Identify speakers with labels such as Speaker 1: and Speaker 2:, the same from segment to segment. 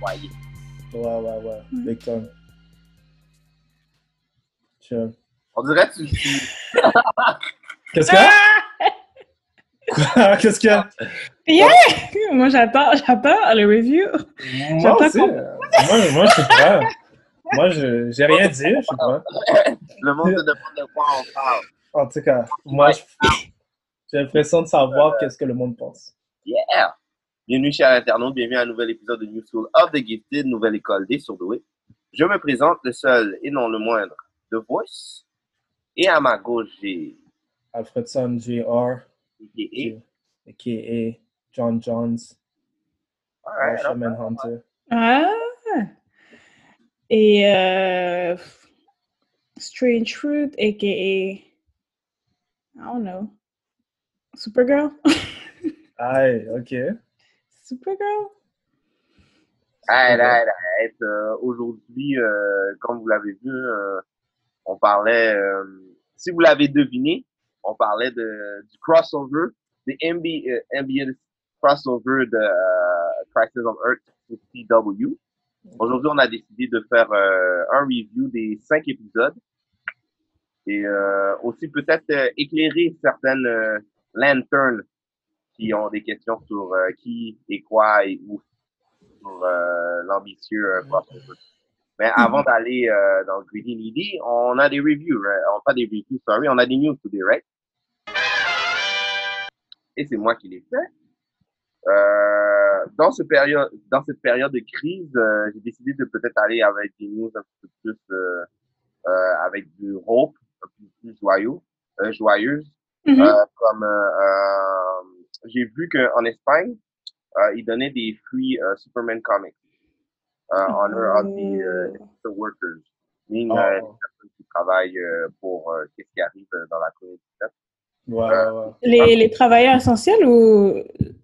Speaker 1: foyer.
Speaker 2: Ouais, ouais, ouais.
Speaker 3: Mhm.
Speaker 2: Big time. Chill.
Speaker 1: On dirait que tu, tu-
Speaker 2: Qu'est-ce qu'il y a? Quoi? Qu'est-ce qu'il y a?
Speaker 3: Yeah! Moi, j'attends, j'attends le review.
Speaker 2: Moi
Speaker 3: J'attends
Speaker 2: aussi.
Speaker 3: qu'on-
Speaker 2: euh, Moi, moi, je suis prêt. Moi, je- j'ai rien dit, je suis prêt.
Speaker 1: le monde te demande de quoi on parle.
Speaker 2: En tout cas, moi, je- j'ai l'impression de
Speaker 1: Euh.
Speaker 2: savoir qu'est-ce que le monde pense.
Speaker 1: Yeah! Bienvenue, chers internautes. Bienvenue à un nouvel épisode de New School of the Gifted, nouvelle école des surdoués. Je me présente le seul et non le moindre de Voice. Et à ma gauche, j'ai
Speaker 2: Alfredson Jr.,
Speaker 1: Ike.
Speaker 2: a.k.a. John Johns,
Speaker 1: Alright,
Speaker 2: Shaman Hunter.
Speaker 3: Ah! Et euh, Strange Fruit, a.k.a. I don't know. Supergirl?
Speaker 2: Aïe, ok.
Speaker 3: Supergirl?
Speaker 1: alright, alright, alright. Euh, Aujourd'hui, euh, comme vous l'avez vu, euh, on parlait, euh, si vous l'avez deviné, on parlait de, du crossover, des NBA, euh, NBA crossover de euh, Crisis on Earth sur CW. Aujourd'hui, on a décidé de faire euh, un review des cinq épisodes et euh, aussi peut-être euh, éclairer certaines euh, lanternes qui ont des questions sur euh, qui et quoi et où pour euh, l'ambitieux euh, crossover. Mais avant d'aller euh, dans le Greedy Needy, on a des reviews, right? on pas des reviews, sorry, on a des news today, right? Et c'est moi qui les fais. Euh, dans, ce période, dans cette période de crise, euh, j'ai décidé de peut-être aller avec des news un petit peu plus, euh, euh, avec du hope, un peu plus joyeux, euh, joyeuse.
Speaker 3: Mhm.
Speaker 1: Euh, comme euh, euh, j'ai vu qu'en Espagne, euh, ils donnaient des free euh, Superman comics euh, en honor of the, euh, the workers, meaning
Speaker 2: Oh.
Speaker 1: euh, les personnes qui travaillent euh, pour euh, qu'est-ce qui arrive euh, dans la communauté.
Speaker 2: Ouais, ouais, ouais.
Speaker 3: les, les travailleurs essentiels ou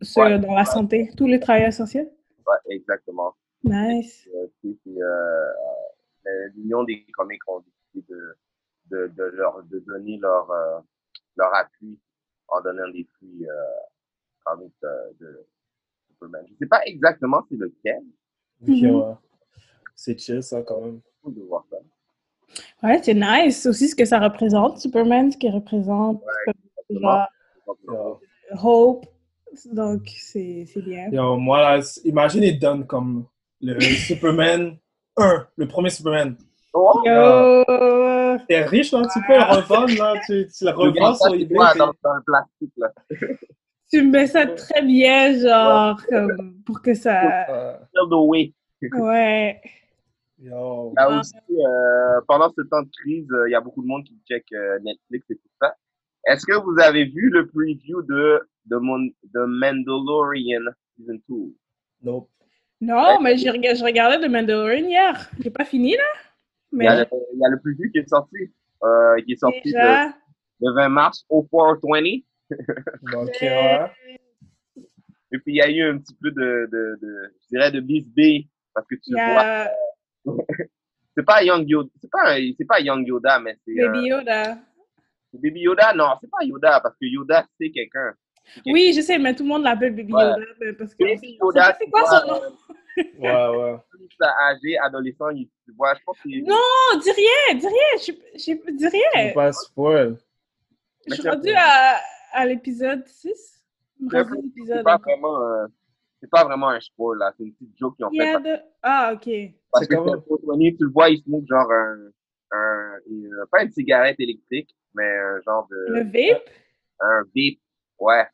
Speaker 3: ceux
Speaker 1: Ouais.
Speaker 3: dans la santé? Tous les travailleurs essentiels?
Speaker 1: Ouais, exactement.
Speaker 3: Nice.
Speaker 1: Euh, c'est- c'est, euh, euh, l'union des comics ont décidé de, de, de leur de donner leur euh, leur appui en donnant des prix euh, comics euh, de Superman. Je sais pas exactement c'est lequel.
Speaker 2: Ok,
Speaker 3: Mhm.
Speaker 2: ouais. euh, C'est chill, ça, quand même.
Speaker 1: Cool de voir ça.
Speaker 3: Ouais, c'est nice aussi ce que ça représente, Superman, ce qu'il représente, comme, genre,
Speaker 2: Yeah.
Speaker 3: Hope. Donc, c'est c'est bien.
Speaker 2: Yo, moi, là, s- imagine, ils donnent comme le Superman 1, le premier Superman.
Speaker 1: Oh,
Speaker 3: Yo!
Speaker 2: T'es riche, là, tu peux le revendre, là, tu, tu le
Speaker 1: le
Speaker 2: revends
Speaker 1: ça,
Speaker 2: sur
Speaker 1: c'est
Speaker 2: eBay.
Speaker 1: quoi,
Speaker 2: t'es-
Speaker 1: dans, dans le plastique là.
Speaker 3: Tu me mets ça très bien, genre, comme, pour que ça.
Speaker 2: Euh,
Speaker 1: Field away.
Speaker 3: Ouais.
Speaker 2: yo,
Speaker 1: Là aussi, euh, pendant ce temps de crise, euh, il y a beaucoup de monde qui check euh, Netflix et tout ça. Est-ce que vous avez vu le preview de de, Mon de Mandalorian season 2?
Speaker 2: nope.
Speaker 3: Non, mais j'ai rega- je regardais The Mandalorian hier. J'ai pas fini, là.
Speaker 1: Il y, a
Speaker 3: Mais
Speaker 1: le, il y a le preview qui est sorti, euh, qui est sorti le,
Speaker 3: déjà.
Speaker 1: le 20 mars au 420.
Speaker 2: Ok, ouais.
Speaker 1: Et puis il y a eu un petit peu de, de, de je dirais de bisbee parce que tu
Speaker 3: Il y
Speaker 1: vois,
Speaker 3: a
Speaker 1: c'est pas Young Yoda, c'est pas un- c'est pas Young Yoda, mais c'est euh,
Speaker 3: Baby Yoda.
Speaker 1: Baby Yoda. Non, c'est pas Yoda parce que Yoda c'est quelqu'un.
Speaker 3: Oui, je sais, mais tout le monde l'appelle Baby
Speaker 1: Ouais.
Speaker 3: Yoda. mais Parce que.
Speaker 1: Baby Yoda,
Speaker 3: C'est quoi son
Speaker 1: tu vois,
Speaker 3: nom?
Speaker 1: euh,
Speaker 2: Ouais, ouais.
Speaker 1: plus âgé, adolescent, il- tu vois, je pense que
Speaker 3: Non, dis rien, dis rien, je, suis- je, suis- dis
Speaker 2: Faut
Speaker 3: rien.
Speaker 2: pas spoil.
Speaker 3: Je suis
Speaker 1: Mais
Speaker 3: rendue à, à l'épisode 6. Je me
Speaker 1: c'est un
Speaker 3: rendue à
Speaker 1: peu- c'est
Speaker 3: l'épisode.
Speaker 1: pas vraiment, euh, c'est pas vraiment un spoil là, c'est une petite joke qu'ils ont
Speaker 3: Il y
Speaker 1: fait
Speaker 3: a de- Ah, ok.
Speaker 1: Parce que
Speaker 2: C'est quand
Speaker 1: quand tu le vois, il smoke genre un, un, une- pas une cigarette électrique, mais un genre
Speaker 3: Le
Speaker 1: de,
Speaker 3: vape?
Speaker 1: un vape. Ouais.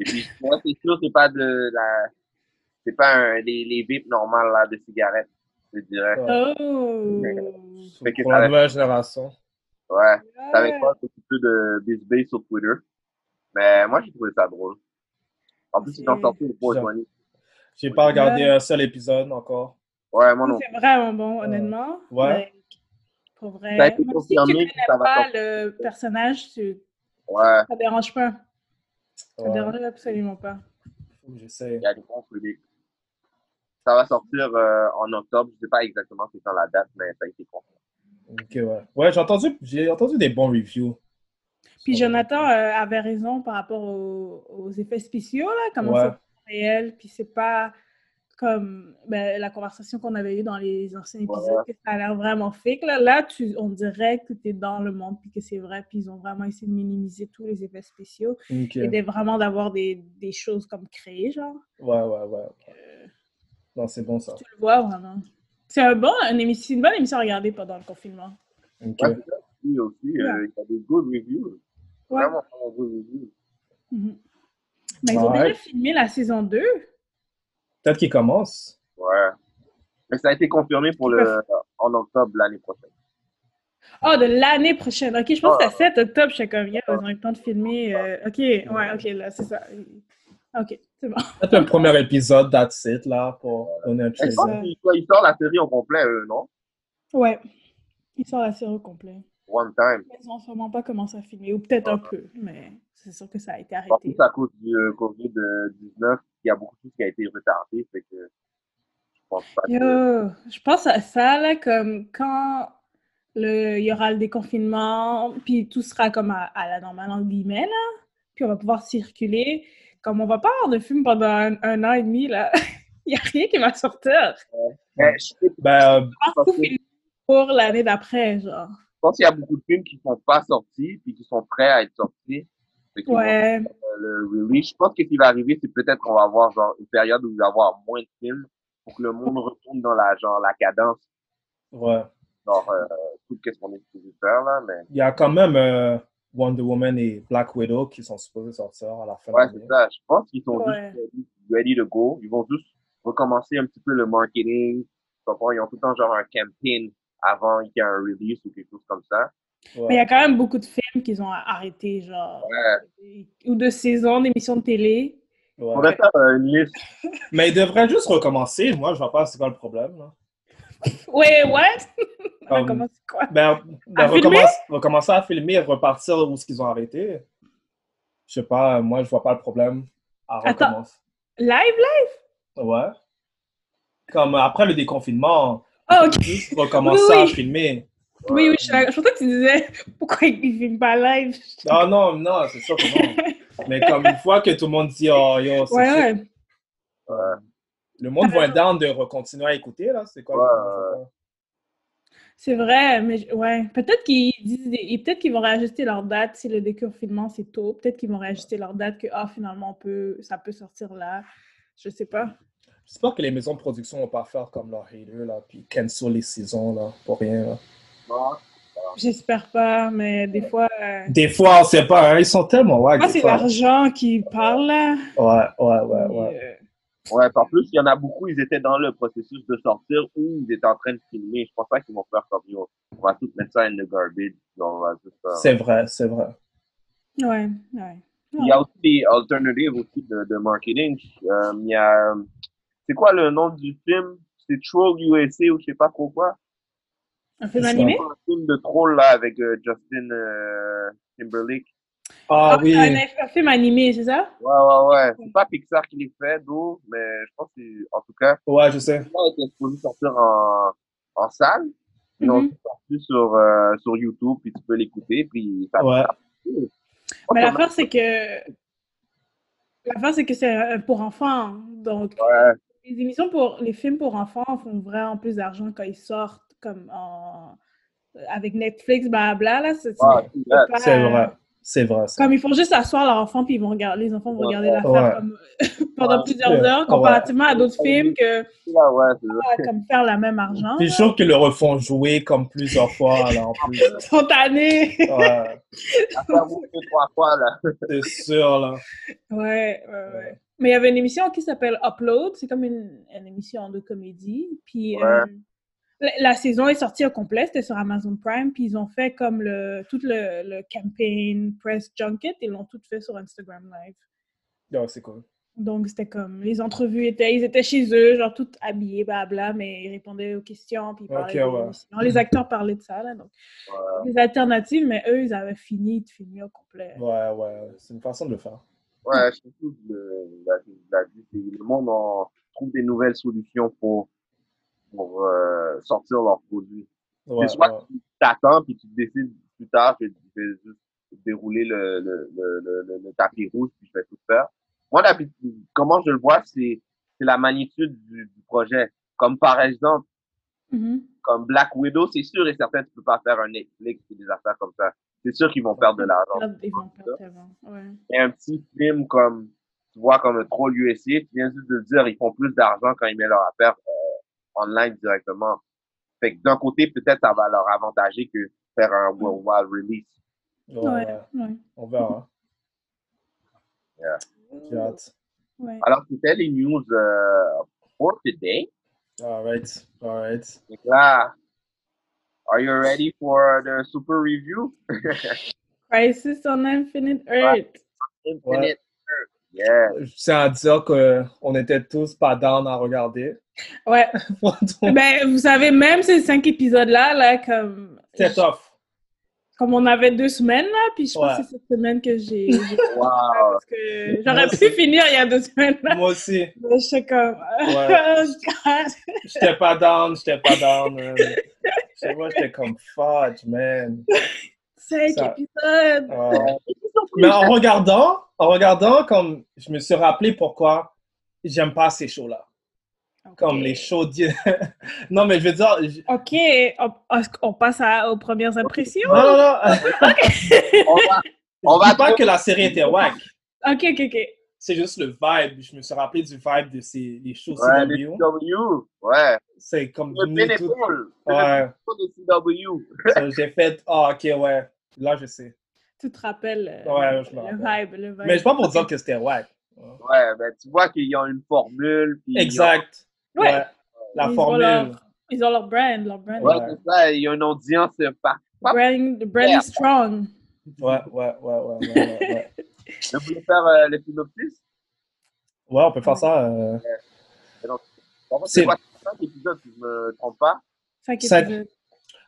Speaker 1: Et puis, moi, c'est sûr, c'est pas de la, c'est pas un, les, les vapes normales, là, de cigarettes, je dirais.
Speaker 2: Ouais.
Speaker 3: Oh!
Speaker 1: Fait que
Speaker 2: Pour la
Speaker 1: ça-
Speaker 2: nouvelle génération.
Speaker 1: Ouais. T'avais
Speaker 3: Ouais.
Speaker 1: pas un petit peu de bisbee sur Twitter. Mais moi, j'ai trouvé ça drôle. En plus, ils ont sorti au pot
Speaker 2: J'aime.
Speaker 1: Johnny.
Speaker 2: J'ai pas regardé un seul épisode encore.
Speaker 1: Ouais, moi non.
Speaker 3: Ah, C'est vraiment bon, honnêtement.
Speaker 2: Euh, Ouais.
Speaker 3: Like, Pour vrai.
Speaker 1: Ça a été
Speaker 3: Même
Speaker 1: confirmé
Speaker 3: si tu connais
Speaker 1: que Ben, ça va
Speaker 3: pas
Speaker 1: sortir.
Speaker 3: le personnage, tu...
Speaker 1: Ouais,
Speaker 3: ça dérange pas. Ça
Speaker 2: Ouais.
Speaker 3: dérange absolument pas.
Speaker 2: Faut que J'essaie.
Speaker 1: il y a des bons publics. Ça va sortir euh, en octobre. Je sais pas exactement c'est quand la date, mais ça a été confirmé.
Speaker 2: Ok, ouais. Ouais, j'ai entendu, j'ai entendu des bons reviews.
Speaker 3: Puis Jonathan euh, avait raison par rapport aux, aux effets spéciaux, là, comment
Speaker 2: Ouais.
Speaker 3: c'est réel, puis c'est pas comme ben, la conversation qu'on avait eue dans les anciens
Speaker 1: Ouais.
Speaker 3: épisodes, que ça a l'air vraiment fake. Là, là tu, on dirait que tu es dans le monde, puis que c'est vrai, puis ils ont vraiment essayé de minimiser tous les effets spéciaux,
Speaker 2: Ok.
Speaker 3: et de vraiment d'avoir des, des choses comme créées, genre.
Speaker 2: Ouais, ouais, ouais.
Speaker 3: Euh,
Speaker 2: Non, c'est bon ça.
Speaker 3: tu le vois vraiment. C'est un bon, un émi- c'est une bonne émission à regarder pendant le confinement.
Speaker 2: Ok.
Speaker 1: Ouais, c'est ça. Oui, aussi, euh, il y a des good reviews.
Speaker 3: Ouais.
Speaker 1: Vraiment, vraiment good reviews.
Speaker 3: Mhm. Mais ils ont
Speaker 2: Ouais.
Speaker 3: déjà filmé la saison 2.
Speaker 2: Peut-être qu'il commence.
Speaker 1: Ouais. Mais ça a été confirmé pour le en octobre l'année prochaine.
Speaker 3: Oh, de l'année prochaine. Ok, je pense que
Speaker 1: Ah.
Speaker 3: c'est à 7 octobre. Je suis comme, yeah, ils ont eu le temps de filmer. euh, ok, ouais, ok, là, c'est ça. Ok, c'est bon.
Speaker 2: Peut-être le premier épisode, that's it, là, pour donner un
Speaker 1: Et Je
Speaker 2: trailer.
Speaker 1: pense qu'ils ils sortent la série au complet, eux, non?
Speaker 3: Ouais. Ils sortent la série au complet.
Speaker 1: One time.
Speaker 3: Ils n'ont sûrement pas commencé à filmer, ou peut-être un peu, mais c'est sûr que ça a été
Speaker 1: En
Speaker 3: arrêté.
Speaker 1: plus, à cause du euh, COVID-19, il y a beaucoup de choses qui a été retardé. Fait que je pense pas que...
Speaker 3: Yo, je pense à ça, là, comme quand le, il y aura le déconfinement, puis tout sera comme à, à la normale, en guillemets, là, puis on va pouvoir circuler. Comme on va pas avoir de film pendant un, un an et demi, là, il n'y a rien qui va sortir.
Speaker 1: Mais je sais
Speaker 2: Ben, euh,
Speaker 3: pense
Speaker 1: Parce
Speaker 3: tout
Speaker 1: que-
Speaker 3: filmer pour l'année d'après, genre.
Speaker 1: je pense qu'il y a beaucoup de films qui sont pas sortis puis qui sont prêts à être sortis. Fait qu'ils
Speaker 3: Ouais,
Speaker 1: vont faire le release. Je pense que ce qui va arriver, c'est peut-être qu'on va avoir genre une période où il va y avoir moins de films pour que le monde retourne dans la genre la cadence,
Speaker 2: ouais.
Speaker 1: genre euh, tout ce qu'on est supposé faire là. Mais
Speaker 2: Il y a quand même euh, Wonder Woman et Black Widow qui sont supposés sortir à la fin
Speaker 1: ouais,
Speaker 2: de
Speaker 1: c'est
Speaker 2: l'année.
Speaker 1: ça. Je pense qu'ils sont
Speaker 3: Ouais.
Speaker 1: juste ready- ready to go. Ils vont juste recommencer un petit peu le marketing. Tu comprends? Ils ont tout le temps genre un campaign avant qu'il y ait un release ou quelque chose comme ça.
Speaker 2: Ouais.
Speaker 3: mais il y a quand même beaucoup de films qu'ils ont arrêtés, genre.
Speaker 1: Ouais.
Speaker 3: Ou de saisons d'émissions de télé.
Speaker 2: Ouais.
Speaker 1: On va faire euh, une liste.
Speaker 2: Mais ils devraient juste recommencer. Moi, je vois pas c'est quoi le problème. Là.
Speaker 3: Ouais, what? On a
Speaker 2: Um,
Speaker 3: commencé quoi?
Speaker 2: Ben, ben,
Speaker 3: À filmer?
Speaker 2: recommence- recommencer à filmer et repartir où ce qu'ils ont arrêté. Je sais pas, euh, moi, je vois pas le problème à
Speaker 3: Attends.
Speaker 2: recommencer.
Speaker 3: Live, là?
Speaker 2: Ouais. Comme euh, après le déconfinement,
Speaker 3: Ah, ok.
Speaker 2: juste recommencer
Speaker 3: Oui, oui.
Speaker 2: à filmer.
Speaker 3: Oui, oui, je, suis d'accord. je pensais que tu disais pourquoi ils ne filment pas live.
Speaker 2: Non, Ah, non, non, c'est sûr que non. Mais comme une fois que tout le monde dit, oh, yo, c'est sûr.
Speaker 3: Ouais, Ah, ouais.
Speaker 1: euh,
Speaker 2: Le monde va être down de recontinuer à écouter, là. C'est quoi le
Speaker 1: Ouais,
Speaker 2: problème?
Speaker 3: C'est vrai, mais je- ouais. Peut-être qu'ils disent des- et peut-être qu'ils vont réajuster leur date si le déconfinement c'est tôt. Peut-être qu'ils vont réajuster leur date que ah finalement on peut ça peut sortir là. Je sais pas.
Speaker 2: J'espère que les maisons de production vont pas faire comme leurs haters, là, puis cancel les saisons, là, pour rien, là.
Speaker 1: non,
Speaker 3: J'espère pas, mais des fois euh,
Speaker 2: Des fois, on sait pas, hein, ils sont tellement wack,
Speaker 3: moi
Speaker 2: des
Speaker 3: Ah, c'est
Speaker 2: fois.
Speaker 3: l'argent qui parle là.
Speaker 2: Ouais, ouais, ouais,
Speaker 3: Mais,
Speaker 2: ouais.
Speaker 3: euh,
Speaker 1: Ouais, en plus, il y en a beaucoup, ils étaient dans le processus de sortir ou ils étaient en train de filmer. Je pense pas qu'ils vont faire comme yo. On va tout mettre ça in the garbage. On va juste, euh,
Speaker 2: C'est vrai, c'est vrai.
Speaker 3: euh, ouais, ouais.
Speaker 1: Il y a aussi des alternatives aussi de, de marketing. Euh, il y a. euh, C'est quoi le nom du film C'est Troll USA ou je sais pas trop quoi.
Speaker 3: Un film
Speaker 2: C'est
Speaker 3: animé?
Speaker 1: Un film de troll là avec euh, Justin euh, Timberlake.
Speaker 2: Ah oui,
Speaker 3: Un, un film animé, c'est ça?
Speaker 1: Ouais, ouais, ouais. C'est pas Pixar qui les fait, d'où, mais je pense que, c'est- en tout cas,
Speaker 2: ouais, je sais.
Speaker 1: Là, était supposé sortir en, en salle. Ils l'ont
Speaker 3: Mhm.
Speaker 1: sorti sur, euh, sur YouTube, puis tu peux l'écouter, puis ça
Speaker 2: Ouais.
Speaker 3: Mais
Speaker 1: ça
Speaker 3: l'affaire c'est que l'affaire c'est que c'est euh, pour enfants, donc
Speaker 1: Ouais,
Speaker 3: les émissions pour les films pour enfants font vraiment plus d'argent quand ils sortent comme en- avec Netflix blabla là c'est
Speaker 1: ouais, Ah, c'est vrai.
Speaker 3: pas-
Speaker 2: C'est vrai, c'est vrai. c'est
Speaker 3: comme ils font juste asseoir leur enfant puis ils vont regarder les enfants vont
Speaker 1: Ouais.
Speaker 3: regarder l'affaire
Speaker 2: Ouais.
Speaker 3: comme pendant
Speaker 1: Ouais.
Speaker 3: plusieurs heures comparativement à d'autres films que
Speaker 1: Ouais, ouais, c'est vrai.
Speaker 3: ah, comme faire la même argent
Speaker 2: Puis je suis sûr qu'ils le refont jouer comme plusieurs fois, là, en plus.
Speaker 3: spontané ouais
Speaker 2: Ouais,
Speaker 1: Après, vous, deux, trois fois, là.
Speaker 2: c'est sûr, là.
Speaker 3: ouais, ouais. mais il y avait une émission qui s'appelle Upload c'est comme une, une émission de comédie puis
Speaker 1: Ouais.
Speaker 3: euh, La, la saison est sortie au complet, c'était sur Amazon Prime, puis ils ont fait comme le tout le, le campaign press junket, ils l'ont tout fait sur Instagram Live.
Speaker 2: Ouais, c'est cool.
Speaker 3: Donc, c'était comme, les entrevues étaient, ils étaient chez eux, genre tout habillés, blabla, mais ils répondaient aux questions, puis ils parlaient
Speaker 2: Ok,
Speaker 3: de
Speaker 2: ouais.
Speaker 3: l'émission. Les acteurs parlaient de ça, là, donc.
Speaker 1: Ouais.
Speaker 3: Des alternatives, mais eux, ils avaient fini de filmer au complet.
Speaker 2: Ouais, ouais, c'est une façon de le faire.
Speaker 1: Ouais, je trouve que le, la, la- le monde en trouve des nouvelles solutions pour, pour euh, sortir leurs produits.
Speaker 2: Ouais,
Speaker 1: c'est soit
Speaker 2: ouais.
Speaker 1: tu t'attends puis tu décides plus tard, je vais, je vais juste dérouler le, le, le, le, le- le tapis rouge puis je vais tout faire. Moi, la, comment je le vois, c'est c'est la magnitude du, du projet. Comme par exemple,
Speaker 3: Mhm.
Speaker 1: comme Black Widow, c'est sûr et certain, tu peux pas faire un Netflix et des affaires comme ça. C'est sûr qu'ils vont perdre de l'argent.
Speaker 3: Là, ils vont perdre tellement, ouais.
Speaker 1: Et un petit film comme, tu vois, comme un troll USA, tu viens juste de le dire, ils font plus d'argent quand ils mettent leur affaire euh, online directement. Fait que d'un côté, peut-être ça va leur avantager que faire un worldwide release.
Speaker 2: Ouais,
Speaker 3: Ouais,
Speaker 2: ouais.
Speaker 3: ouais.
Speaker 2: On verra. J'ai hâte.
Speaker 3: euh, Ouais.
Speaker 2: Ah.
Speaker 1: Alors, c'était les news euh, for today.
Speaker 2: Alright, alright.
Speaker 1: Donc là, are you ready for the super review?
Speaker 3: Crisis on Infinite Earth.
Speaker 1: Infinite Earth. Yeah.
Speaker 2: Je tiens à dire qu'on était tous pas down à regarder.
Speaker 3: Ouais.
Speaker 2: Donc,
Speaker 3: Ben, vous savez, même ces cinq épisodes-là, là, comme,
Speaker 2: C'était tough.
Speaker 3: comme on avait deux semaines, là, puis je pense
Speaker 2: Ouais.
Speaker 3: que c'est cette semaine que j'ai. j'ai-
Speaker 1: Wow.
Speaker 3: parce que j'aurais pu finir il y a deux semaines, là.
Speaker 2: Moi aussi.
Speaker 3: Mais je suis comme.
Speaker 2: Ouais.
Speaker 3: Oh, God.
Speaker 2: J'étais pas down, j'étais pas down. man. Chez moi, j'étais comme fudge, man.
Speaker 3: Cinq
Speaker 2: Ça-
Speaker 3: épisodes.
Speaker 2: Ouais. Mais en regardant, en regardant, comme je me suis rappelé pourquoi j'aime pas ces shows-là. Comme les shows. di- non, mais je veux dire. je-
Speaker 3: Ok, on, est-ce qu'on passe à- aux premières impressions.
Speaker 2: Non, non, non.
Speaker 1: On va, on
Speaker 2: On
Speaker 1: va
Speaker 2: va pas que la série était wack.
Speaker 3: Ok, ok, ok.
Speaker 2: C'est juste le vibe. Je me suis rappelé du vibe de ces les shows
Speaker 1: Ouais, le
Speaker 2: CW.
Speaker 1: CW. Ouais.
Speaker 2: C'est comme nous
Speaker 1: Le
Speaker 2: tous.
Speaker 1: bénévole.
Speaker 2: Ouais.
Speaker 1: C'est le bénévole de CW.
Speaker 2: So, J'ai fait. Ah, ok, ouais. Là, je sais.
Speaker 3: Tu te rappelles euh,
Speaker 2: Ouais, je me
Speaker 3: le
Speaker 2: rappelle.
Speaker 3: vibe, le vibe.
Speaker 2: Mais je pas pour dire que c'était wack.
Speaker 1: Ouais, ben tu vois qu'ils ont une formule. Puis ils ont-
Speaker 2: Exact.
Speaker 3: Ouais.
Speaker 2: La
Speaker 3: Ils ont
Speaker 2: formule.
Speaker 3: leur- Ils ont leur brand, leur brand.
Speaker 1: Ouais,
Speaker 2: Ouais.
Speaker 1: c'est ça. Ils ont une audience par.
Speaker 3: Brand, the brand
Speaker 1: Yeah.
Speaker 3: is strong.
Speaker 2: Ouais, ouais, ouais, ouais, ouais, ouais, ouais.
Speaker 1: Je voulais faire euh, le synopsis.
Speaker 2: Ouais, on peut faire ça. euh,
Speaker 1: En fait,
Speaker 2: C'est-
Speaker 1: c'est quoi cinq épisodes, si je me trompe pas.
Speaker 3: Cinq
Speaker 2: Cinq.
Speaker 3: épisodes.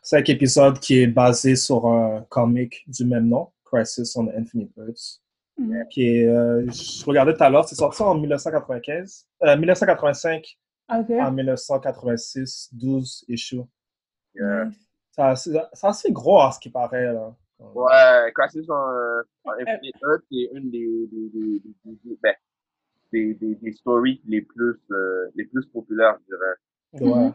Speaker 2: cinq épisodes qui est basé sur un comic du même nom, Crisis on Infinite Earths.
Speaker 3: Mhm.
Speaker 2: Qui est, euh, je regardais tout à l'heure, c'est sorti en 1995, euh, 1985
Speaker 3: Ok.
Speaker 2: à 1986, 12 issues.
Speaker 1: Euh,
Speaker 3: Nice.
Speaker 2: Ça, C'est c'est assez gros à ce qui paraît. Là.
Speaker 1: Ouais, Crisis en, euh, en Infinite Earth, c'est une des, des, des, des, des- des- ben, des, des, des stories les plus, euh, les plus populaires, je dirais.
Speaker 2: Ouais.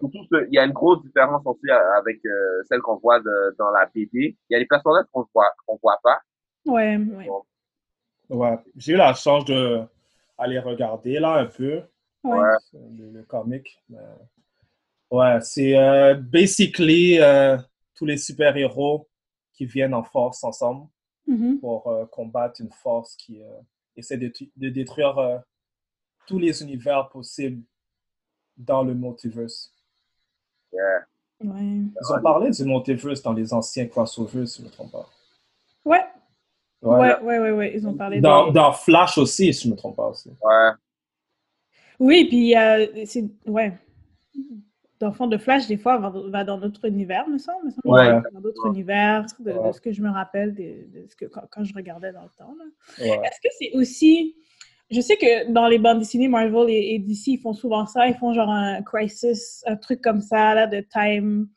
Speaker 1: Surtout, que il y a une grosse différence aussi euh, avec euh, celle qu'on voit de- dans la BD. Il y a des personnages qu'on voit, qu'on voit pas.
Speaker 3: Ouais, ouais.
Speaker 2: ouais. J'ai eu la chance de aller regarder là un peu.
Speaker 3: Ouais.
Speaker 1: Ouais.
Speaker 2: le, le comic. mais- Ouais, c'est euh, basically euh, tous les super-héros qui viennent en force ensemble
Speaker 3: Mhm.
Speaker 2: pour euh, combattre une force qui euh, essaie de, tu- de détruire euh, tous les univers possibles dans le multiverse.
Speaker 1: Yeah.
Speaker 3: Ouais.
Speaker 2: Ils ont parlé du multiverse dans les anciens crossovers, si je ne me trompe pas.
Speaker 3: Ouais.
Speaker 2: Ouais.
Speaker 3: ouais, ouais, ouais, ouais, ils ont parlé de-
Speaker 2: Dans, dans Flash aussi, si je ne me trompe pas. Aussi.
Speaker 1: Ouais.
Speaker 3: Oui, puis euh, c'est... Ouais. Dans le fond, de Flash, des fois, va, va dans d'autres univers, me semble. me semble.
Speaker 2: Ouais.
Speaker 3: Dans d'autres univers, de, de
Speaker 2: Ouais.
Speaker 3: ce que je me rappelle, de, de ce que, quand, quand je regardais dans le temps. là.
Speaker 2: Ouais.
Speaker 3: Est-ce que c'est aussi... Je sais que dans les bandes dessinées, Marvel et, et DC, ils font souvent ça. Ils font genre un crisis, un truc comme ça, là, de time,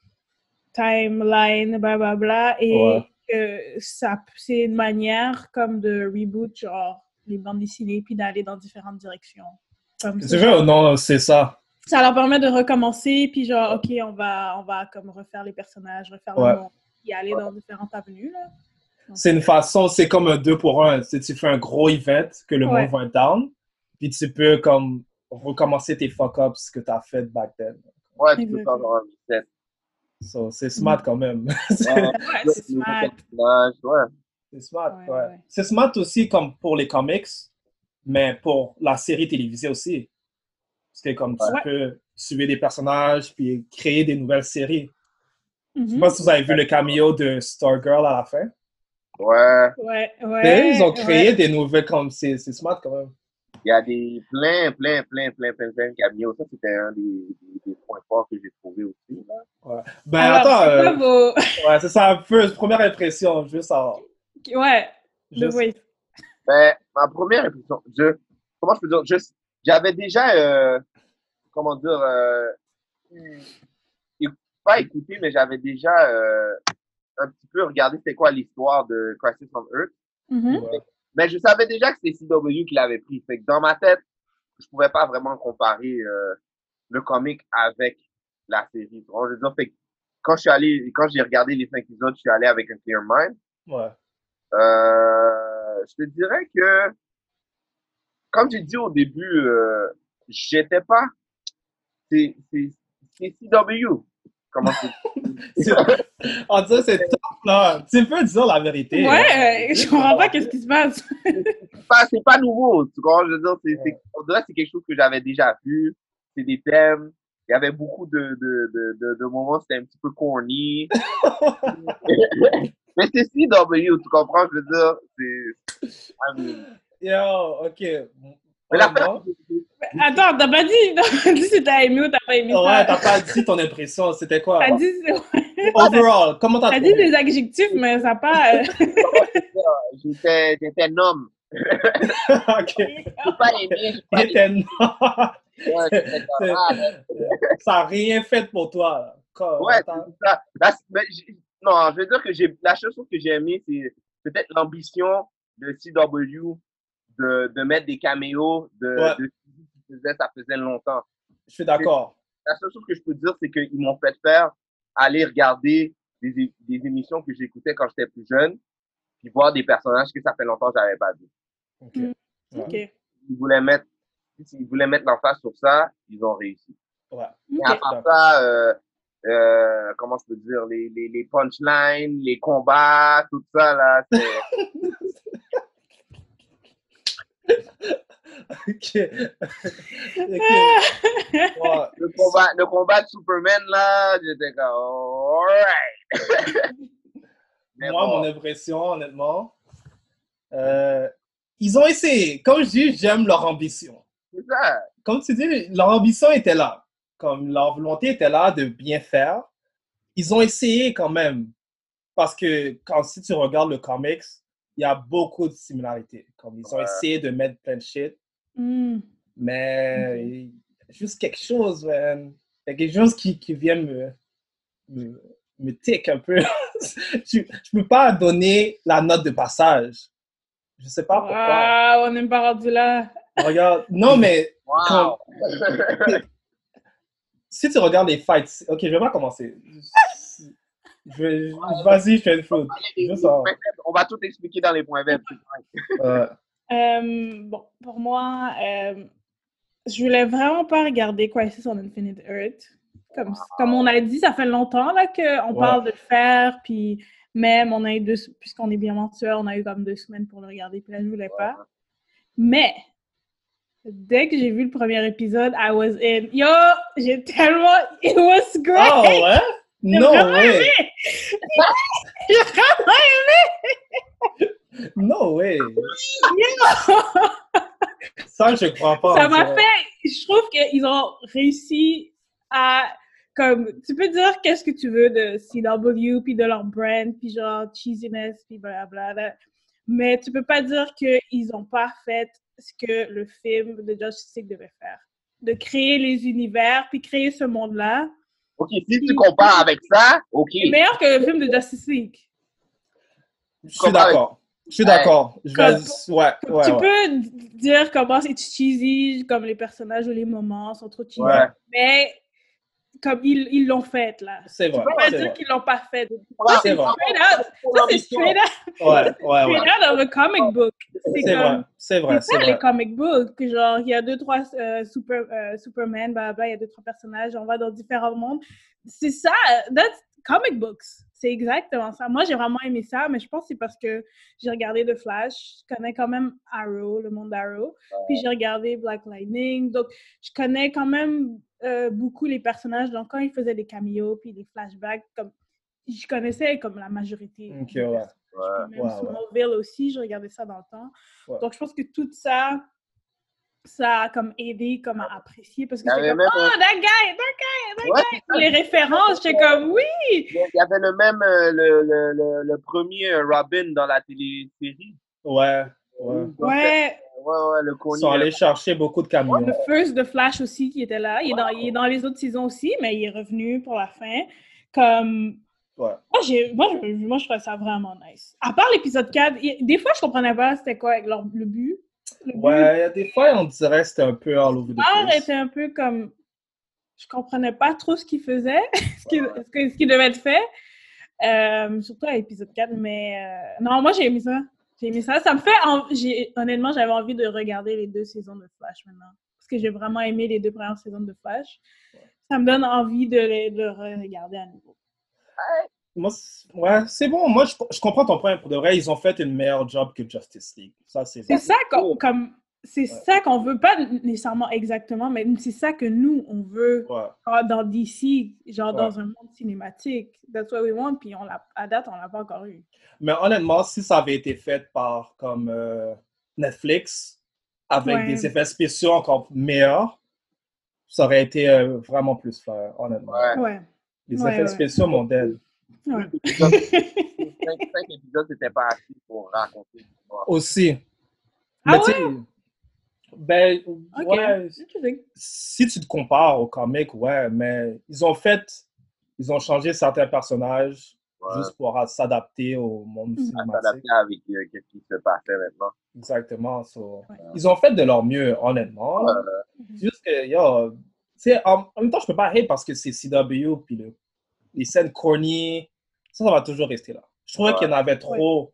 Speaker 3: timeline, blablabla. Et
Speaker 2: Ouais.
Speaker 3: que ça, c'est une manière comme de reboot, genre, les bandes dessinées, puis d'aller dans différentes directions. Comme
Speaker 2: C'est vrai ou non, c'est ça.
Speaker 3: ça leur permet de recommencer, puis genre, OK, on va, on va comme refaire les personnages, refaire
Speaker 2: Ouais.
Speaker 3: le monde, y aller dans différentes avenues, là.
Speaker 2: C'est une façon, c'est comme un deux pour un. Tu, sais, tu fais un gros event que le
Speaker 3: Ouais.
Speaker 2: monde va être down, puis tu peux comme recommencer tes fuck-ups que tu as fait back then.
Speaker 1: Ouais, tu peux faire
Speaker 3: Exactement.
Speaker 1: genre un reset.
Speaker 2: So, c'est
Speaker 3: Mm.
Speaker 2: smart quand même.
Speaker 1: Ouais.
Speaker 3: Ouais, c'est smart.
Speaker 1: Personnage, ouais.
Speaker 2: c'est smart,
Speaker 3: Ouais,
Speaker 2: ouais.
Speaker 3: ouais.
Speaker 2: C'est smart aussi comme pour les comics, mais pour la série télévisée aussi. C'était comme tu peux suivre des personnages puis créer des nouvelles séries. Je
Speaker 3: Mhm. Mm.
Speaker 2: sais pas si vous avez vu le cameo de Stargirl à la fin.
Speaker 1: Ouais.
Speaker 3: Ouais,
Speaker 2: Mais
Speaker 3: ouais.
Speaker 2: ils ont créé
Speaker 3: ouais.
Speaker 2: des nouvelles comme c'est c'est smart quand même.
Speaker 1: Il y a des plein, plein, plein, plein, plein, plein de cameos. Ça, c'était un des, des, des points forts que j'ai trouvé aussi. Là.
Speaker 2: Ben
Speaker 3: Alors,
Speaker 2: attends,
Speaker 3: c'est
Speaker 2: euh,
Speaker 3: quoi vos-
Speaker 2: ouais, c'est ça un peu première impression, juste savoir.
Speaker 3: Ouais, le
Speaker 2: Juste-
Speaker 3: voice.
Speaker 1: Ben, ma première impression, je, comment je peux dire, je- j'avais déjà, euh, comment dire, euh, éc- pas écouté, mais j'avais déjà euh, un petit peu regardé c'était quoi l'histoire de Crisis on Earth.
Speaker 3: Mhm.
Speaker 2: Ouais.
Speaker 1: Mais je savais déjà que c'est CW qui l'avait pris. Fait que dans ma tête, je pouvais pas vraiment comparer euh, le comic avec la série. Tu vois, je veux dire, fait que quand je suis allé, quand j'ai regardé les cinq épisodes, je suis allé avec un clear mind.
Speaker 2: Ouais.
Speaker 1: Euh, je te dirais que, comme j'ai dit au début, euh, j'étais pas. C'est c'est- c'est CW. Comment c'est?
Speaker 2: C'est- On dirait que c'est top là. Tu peux dire la vérité.
Speaker 3: Ouais, euh, je comprends pas qu'est-ce qui se passe.
Speaker 1: c'est pas, c'est pas nouveau. Tu comprends? Je veux dire, c'est, c'est, on dirait que c'est quelque chose que j'avais déjà vu. C'est des thèmes. Il y avait beaucoup de, de, de, de, de moments, c'était un petit peu corny. Mais c'est CW, tu comprends? Je veux dire, c'est. I mean,
Speaker 2: Yo, ok. Ouais,
Speaker 1: Mais l'affaire,
Speaker 2: non.
Speaker 3: Attends, t'as pas dit, t'as dit si t'as aimé ou t'as pas aimé
Speaker 2: Ouais,
Speaker 3: ça.
Speaker 2: t'as pas dit ton impression, c'était quoi?
Speaker 3: T'as dit,
Speaker 2: Overall, comment t'as
Speaker 3: t'as dit
Speaker 2: trouvé?
Speaker 3: des adjectifs, mais ça a pas. euh,
Speaker 1: j'étais, j'étais un homme.
Speaker 2: ok.
Speaker 1: J'ai pas aimé, j'ai
Speaker 2: Il
Speaker 1: pas aimé.
Speaker 2: était énorme.
Speaker 1: Ouais, j'étais comme, ah, mais
Speaker 2: Ça a rien fait pour toi. là. Comme-
Speaker 1: Ouais,
Speaker 2: t'as-
Speaker 1: c'est ça. La- mais j'ai- non, hein, je veux dire que j'ai la chose que j'ai aimé, c'est peut-être l'ambition de CW de, de mettre des caméos de,
Speaker 2: Ouais.
Speaker 1: de qui faisait, ça faisait longtemps.
Speaker 2: je suis d'accord.
Speaker 1: La seule chose que je peux dire, c'est qu'ils m'ont fait faire aller regarder des, é- des émissions que j'écoutais quand j'étais plus jeune, puis voir des personnages que ça fait longtemps que j'avais pas vu.
Speaker 2: Ok.
Speaker 3: Mm.
Speaker 2: Ouais.
Speaker 3: Ok.
Speaker 1: Ils voulaient mettre, ils voulaient mettre l'emphase sur ça, ils ont réussi.
Speaker 2: Ouais.
Speaker 1: Mais à
Speaker 3: Ok.
Speaker 1: part ça, euh, euh, comment je peux dire, les, les, les punchlines, les combats, tout ça, là, c'est-
Speaker 2: Ok. Ok. Ouais.
Speaker 1: le, combat, le combat de Superman, là, j'étais comme, alright. Mais
Speaker 2: Moi,
Speaker 1: bon,
Speaker 2: mon impression, honnêtement, euh, ils ont essayé. Comme je dis, j'aime leur ambition.
Speaker 1: c'est ça.
Speaker 2: Comme tu dis, leur ambition était là. Comme leur volonté était là de bien faire. Ils ont essayé quand même. Parce que quand si tu regardes le comics, il y a beaucoup de similarités. Comme ils ont
Speaker 1: Ouais.
Speaker 2: essayé de mettre plein de shit.
Speaker 3: Hmm.
Speaker 2: Mais euh, il y a juste quelque chose, man. Il y a quelque chose qui, qui vient me, me, me tic un peu. je ne peux pas donner la note de passage. Je sais pas pourquoi.
Speaker 3: Ah, on n'est pas rendu là.
Speaker 2: Regarde, non, mais
Speaker 1: Wow.
Speaker 2: si tu regardes les fights, ok, je vais pas commencer. Je vais- Vas-y, je fais une faute. Je veux savoir.
Speaker 1: On va tout expliquer dans les points verts.
Speaker 2: Ouais.
Speaker 3: Euh, bon, pour moi, euh, je voulais vraiment pas regarder Crisis on Infinite Earth. Comme, comme on a dit, ça fait longtemps là qu'on
Speaker 2: Ouais.
Speaker 3: parle de le faire, puis même on a eu deux, puisqu'on est bien mensuel, on a eu comme deux semaines pour le regarder, puis là je voulais pas. Mais dès que j'ai vu le premier épisode, I was in. Yo, j'ai tellement, it was great.
Speaker 2: Ah ouais? Non,
Speaker 3: vraiment
Speaker 2: ouais.
Speaker 3: J'ai vraiment
Speaker 2: Non, ouais.
Speaker 3: aimé.
Speaker 2: Ça, je crois pas.
Speaker 3: ça
Speaker 2: on
Speaker 3: m'a
Speaker 2: dirait.
Speaker 3: fait. Je trouve qu'ils ont réussi à. Comme, tu peux dire qu'est-ce que tu veux de CW, puis de leur brand, puis genre cheesiness, puis blablabla. Mais tu peux pas dire qu'ils ont pas fait ce que le film de Justice League devait faire. De créer les univers, puis créer ce monde-là.
Speaker 1: Ok, si tu compares avec ça, ok.
Speaker 3: C'est meilleur que le film de Justice League.
Speaker 2: Je suis d'accord. Je suis d'accord. Je vais... Ouais, ouais,
Speaker 3: tu
Speaker 2: ouais.
Speaker 3: peux d- dire comment c'est cheesy, comme les personnages ou les moments sont trop cheesy.
Speaker 2: Ouais.
Speaker 3: Mais comme ils ils l'ont fait, là.
Speaker 2: C'est vrai.
Speaker 3: On va
Speaker 2: c'est
Speaker 3: dire
Speaker 2: vrai.
Speaker 3: qu'ils l'ont pas fait.
Speaker 1: Ah,
Speaker 2: c'est vrai.
Speaker 3: Straight up. Ça, c'est straight up,
Speaker 2: Ouais, Ah ouais, ouais.
Speaker 3: straight out of a comic book. C'est
Speaker 2: C'est vrai,
Speaker 3: comme.
Speaker 2: c'est vrai,
Speaker 3: C'est ça,
Speaker 2: c'est
Speaker 3: les
Speaker 2: vrai.
Speaker 3: comic books. Genre, il y a deux, trois euh, super, euh, Superman, blablabla, il y a deux, trois personnages, on va dans différents mondes. C'est ça, that's comic books. C'est C'est exactement ça. Moi, j'ai vraiment aimé ça, mais je pense que c'est parce que j'ai regardé The Flash, je connais quand même Arrow, le monde d'Arrow, puis j'ai regardé Black Lightning, donc je connais quand même euh, beaucoup les personnages. Donc, quand ils faisaient des cameos, puis des flashbacks, comme je connaissais comme la majorité.
Speaker 2: Ok,
Speaker 3: des
Speaker 2: ouais.
Speaker 3: personnages. Puis même
Speaker 2: Ouais, ouais.
Speaker 3: Smallville aussi, je regardais ça dans le temps.
Speaker 2: Ouais.
Speaker 3: Donc, je pense que tout ça, ça a comme aidé, comme à apprécier, parce que
Speaker 1: Il y
Speaker 3: j'étais
Speaker 1: avait
Speaker 3: comme «
Speaker 1: même
Speaker 3: Oh,
Speaker 1: un-
Speaker 3: that guy! That
Speaker 1: Ouais,
Speaker 3: guy! » Les références, j'étais comme « Oui!
Speaker 1: Il y avait le même, euh, le, le, le, le premier euh, Robin dans la télésérie.
Speaker 2: Ouais, ouais. »
Speaker 3: Ouais,
Speaker 1: Ouais, ouais, le
Speaker 2: Ils
Speaker 1: connu.
Speaker 2: sont allés chercher beaucoup de camions.
Speaker 3: le first de Flash aussi qui était là. Il est, dans, il est dans les autres saisons aussi, mais il est revenu pour la fin. Comme...
Speaker 2: Ouais.
Speaker 3: Moi, j'ai- moi, je, moi, je trouvais ça vraiment nice. À part l'épisode 4, il- des fois, je comprenais pas c'était quoi leur- le but. Le but
Speaker 2: Ouais, il y a des fois, on dirait que c'était un peu all over the
Speaker 3: L'art
Speaker 2: place.
Speaker 3: était un peu comme. Je comprenais pas trop ce qu'il faisait, ce qui, ce que- ce qui devait être fait, euh, surtout à l'épisode 4. Mais euh, non, moi j'ai aimé ça. J'ai aimé ça. Ça me fait. en- j'ai- Honnêtement, j'avais envie de regarder les deux saisons de Flash maintenant. Parce que j'ai vraiment aimé les deux premières saisons de Flash. Ça me donne envie de les- de le regarder à nouveau.
Speaker 2: Moi, c'est- ouais, c'est bon. Moi, je, je comprends ton point. Pour de vrai, ils ont fait une meilleure job que Justice League. Ça, c'est
Speaker 3: C'est
Speaker 2: vrai.
Speaker 3: ça qu'on comme, c'est ça qu'on veut, pas nécessairement exactement, mais c'est ça que nous, on veut.
Speaker 2: Ouais.
Speaker 3: Ah, dans DC, genre
Speaker 2: Ouais.
Speaker 3: dans un monde cinématique. That's what we want, puis on l'a, à date, on l'a pas encore eu.
Speaker 2: Mais honnêtement, si ça avait été fait par comme euh, Netflix, avec
Speaker 3: Ouais.
Speaker 2: des effets spéciaux encore meilleurs, ça aurait été euh, vraiment plus flair, honnêtement.
Speaker 1: Ouais.
Speaker 3: Ouais.
Speaker 2: Les
Speaker 3: Ouais,
Speaker 2: effets
Speaker 3: ouais.
Speaker 2: spéciaux, mon dead.
Speaker 3: ouais.
Speaker 1: Cinq, cinq épisodes, c'était pas assez pour raconter l'histoire.
Speaker 2: Aussi.
Speaker 3: Ah
Speaker 2: Mais tu sais, Ben,
Speaker 3: Ok.
Speaker 2: ouais,
Speaker 3: Interesting.
Speaker 2: si tu te compares au comic, ouais, mais ils ont fait, ils ont changé certains personnages
Speaker 1: Ouais.
Speaker 2: juste pour à- s'adapter au monde
Speaker 3: Mhm.
Speaker 1: À
Speaker 2: cinématique.
Speaker 1: s'adapter avec euh, qu'est-ce qui se passait maintenant.
Speaker 2: Exactement. so,
Speaker 3: Ouais.
Speaker 2: Ils ont fait de leur mieux, honnêtement. là.
Speaker 1: Euh,
Speaker 2: C'est Juste que, yo, tu sais, en, en même temps, je peux pas hate parce que c'est CW, puis le- les scènes corny, ça, ça va toujours rester là. Je trouvais
Speaker 1: Ouais.
Speaker 2: qu'il y en avait trop,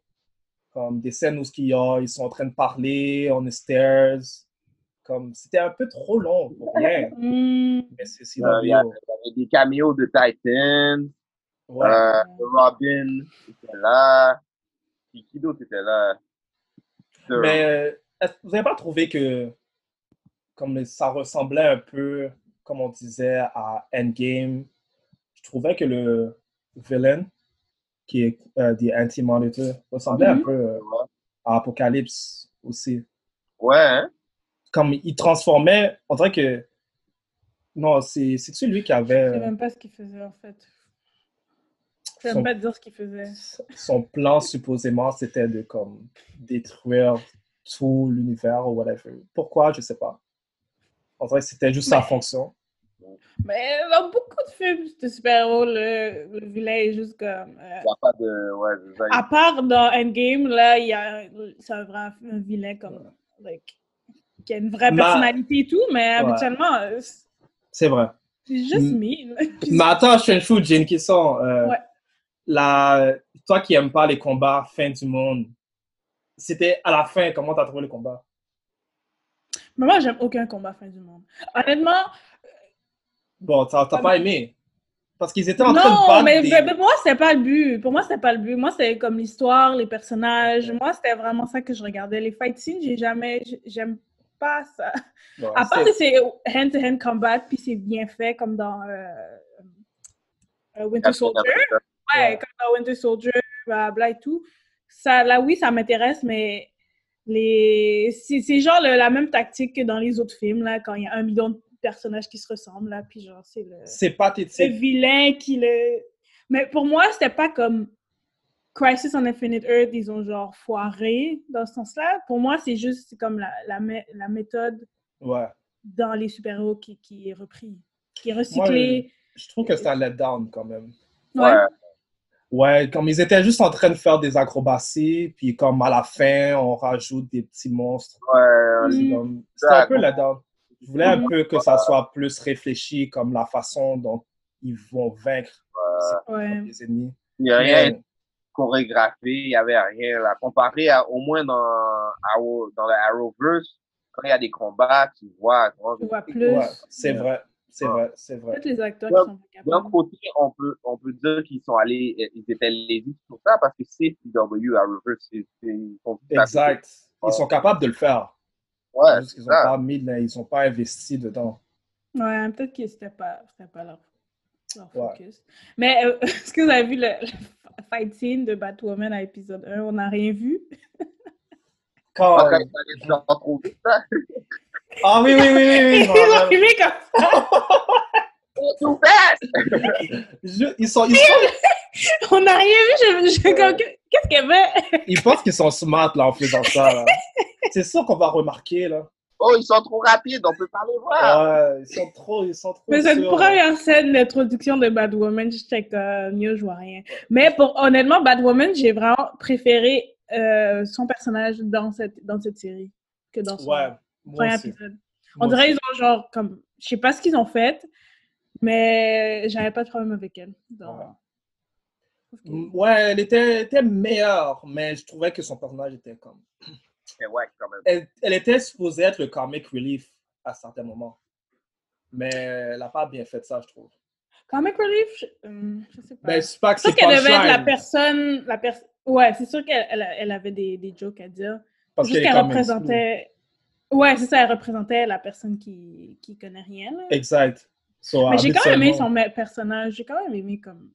Speaker 2: comme des scènes où ce qu'il y a, ils sont en train de parler, on est stairs, comme c'était un peu trop long pour rien.
Speaker 3: Mm,
Speaker 2: Mais c'est CW.
Speaker 1: Euh, il y avait des caméos de Titan,
Speaker 2: ouais.
Speaker 1: euh, Robin était là, puis qui d'autre était là? The-
Speaker 2: Mais euh, est-ce- vous n'avez pas trouvé que comme ça ressemblait un peu, comme on disait, à Endgame? Je trouvais que le villain, qui est euh, des anti-monitor, ressemblait un
Speaker 3: Mhm.
Speaker 2: peu euh, à Apocalypse aussi.
Speaker 1: Ouais, hein?
Speaker 2: Comme il transformait, on dirait que. Non, c'est- c'est-tu lui qui avait
Speaker 3: je sais
Speaker 2: euh,
Speaker 3: même pas ce qu'il faisait en fait. Je sais
Speaker 2: son,
Speaker 3: même pas dire ce qu'il faisait.
Speaker 2: son plan, supposément, c'était de comme détruire tout l'univers ou whatever. Pourquoi, je sais pas. On dirait que c'était juste sa
Speaker 3: Mais-
Speaker 2: fonction.
Speaker 3: Mais dans beaucoup de films de super-héros, le, le vilain est juste comme. euh,
Speaker 1: Il n'y a pas de. Ouais, c'est ça.
Speaker 3: à part dans Endgame, là, il y a un, c'est un vrai un vilain comme. like, qui a une vraie
Speaker 2: Ma-
Speaker 3: personnalité et tout, mais
Speaker 2: Ouais.
Speaker 3: habituellement, euh, c'est
Speaker 2: C'est vrai.
Speaker 3: juste
Speaker 2: Mm.
Speaker 3: mine.
Speaker 2: Mais attends, Shenfu, j'ai une question. Euh,
Speaker 3: Ouais.
Speaker 2: la... Toi qui aimes pas les combats fin du monde, c'était à la fin, comment t'as trouvé le combat?
Speaker 3: Mais moi, j'aime aucun combat fin du monde. Honnêtement,
Speaker 2: Bon, t'as t'as
Speaker 3: Ah,
Speaker 2: pas aimé. Parce qu'ils étaient en train de
Speaker 3: non,
Speaker 2: battre
Speaker 3: mais,
Speaker 2: des-
Speaker 3: mais- mais pour moi, c'était pas le but. Pour moi, c'était pas le but. Moi, c'était comme l'histoire, les personnages. Moi, c'était vraiment ça que je regardais. Les fight scenes, j'ai jamais, j'- j'aime pas ça.
Speaker 2: Ouais,
Speaker 3: À part
Speaker 2: c'est-
Speaker 3: que c'est hand-to-hand combat, puis c'est bien fait, comme dans euh, euh, Winter Soldier. Ouais,
Speaker 2: Ouais.
Speaker 3: comme dans Winter Soldier, blablabla et tout. Ça, là, oui, ça m'intéresse, mais les... c'est c'est genre le- la même tactique que dans les autres films, là, quand il y a un million de personnages qui se ressemblent, là, puis genre, c'est le,
Speaker 2: c'est
Speaker 3: le
Speaker 2: pathétique.
Speaker 3: vilain qui le... Mais pour moi, c'était pas comme Crisis on Infinite Earth, ils ont genre foiré dans ce sens-là. Pour moi, c'est juste c'est comme la, la, mé- la méthode
Speaker 2: Ouais.
Speaker 3: dans les super-héros qui, qui est reprise, qui est
Speaker 2: Moi,
Speaker 3: recyclée.
Speaker 2: je trouve que c'est un letdown quand même.
Speaker 3: Ouais.
Speaker 1: Ouais.
Speaker 2: Ouais, comme ils étaient juste en train de faire des acrobaties, puis comme à la fin, on rajoute des petits monstres.
Speaker 1: ouais.
Speaker 2: C'est
Speaker 3: Mm.
Speaker 2: comme- C'était un peu letdown. Je voulais un
Speaker 3: Mhm.
Speaker 2: peu que ça soit plus réfléchi comme la façon dont ils vont vaincre
Speaker 3: Ouais.
Speaker 2: les ennemis.
Speaker 1: Il n'y a rien
Speaker 2: Mais-
Speaker 1: chorégraphié, il n'y avait rien là. Comparé à, au moins dans, Arrow- dans le Arrowverse, quand il y a des combats, tu vois. tu vois,
Speaker 3: Tu vois plus.
Speaker 2: ouais, c'est vrai. C'est vrai, c'est vrai.
Speaker 3: Peut-être les acteurs
Speaker 1: Ouais.
Speaker 3: qui sont pas
Speaker 1: D'un
Speaker 3: capables.
Speaker 1: côté, on peut, on peut dire qu'ils sont allés, euh, ils étaient lésés sur ça parce que c'est PW à Reverse. c'est- c'est- ils sont tout à fait-
Speaker 2: Exact. Ils sont capables de le faire.
Speaker 1: Ouais,
Speaker 2: Juste
Speaker 1: c'est
Speaker 2: qu'ils n'ont
Speaker 1: ça.
Speaker 2: pas mis, là, ils sont pas investis dedans.
Speaker 3: Ouais, peut-être que c'était pas, c'était pas leur, leur
Speaker 2: Ouais.
Speaker 3: focus. Mais euh, est-ce que vous avez vu le, le fight scene de Batwoman à épisode 1? On n'a rien vu.
Speaker 2: Quand-
Speaker 1: Pas quand ils allaient se faire trop vite, ça.
Speaker 2: Ah oui, oui, oui, oui, oui,
Speaker 3: Ils
Speaker 2: je me
Speaker 3: ont
Speaker 2: rappelle.
Speaker 3: arrivé comme
Speaker 1: C'est tout fait!
Speaker 2: Je- ils, sont, ils, sont-
Speaker 3: On n'a rien vu. Je, je- comme que- Qu'est-ce qu'elle veut?
Speaker 2: ils pensent qu'ils sont smart là, en faisant ça. là. C'est sûr qu'on va remarquer. Là.
Speaker 1: Oh, ils sont trop rapides, on peut pas les voir.
Speaker 2: Ouais, ils sont trop, ils sont trop
Speaker 3: Mais cette
Speaker 2: sûrs, là.
Speaker 3: première scène d'introduction de Batwoman, j'étais comme, mieux, je vois rien. Mais pour, honnêtement, Batwoman, j'ai vraiment préféré euh, son personnage dans cette, dans cette série que dans son
Speaker 2: Ouais, moi
Speaker 3: premier
Speaker 2: aussi.
Speaker 3: épisode.
Speaker 2: moi
Speaker 3: On dirait
Speaker 2: aussi.
Speaker 3: qu'ils ont genre comme. Je sais pas ce qu'ils ont fait, mais j'avais pas de problème avec elle. Donc,
Speaker 2: Ouais. Ouais, elle était, elle était meilleure, mais je trouvais que son personnage était comme.
Speaker 1: Mais ouais, quand même.
Speaker 2: Elle, elle était supposée être le comic relief à certains moments. Mais elle n'a pas bien fait ça, je trouve.
Speaker 3: Comic Relief, je, hum, je sais pas.
Speaker 2: Ben, c'est pas que
Speaker 3: c'est sûr
Speaker 2: c'est
Speaker 3: qu'elle
Speaker 2: pas
Speaker 3: devait être la
Speaker 2: shine,
Speaker 3: personne. La pers ouais, c'est sûr qu'elle elle, elle avait des, des jokes à dire.
Speaker 2: parce
Speaker 3: Juste
Speaker 2: qu'elle est
Speaker 3: qu'elle
Speaker 2: comme une
Speaker 3: représentait. Ouais, c'est ça, elle représentait la personne qui, qui connaît rien. là.
Speaker 2: slow. Exact. So,
Speaker 3: Mais j'ai quand même aimé
Speaker 2: habituellement-
Speaker 3: son ma- personnage, j'ai quand même aimé comme.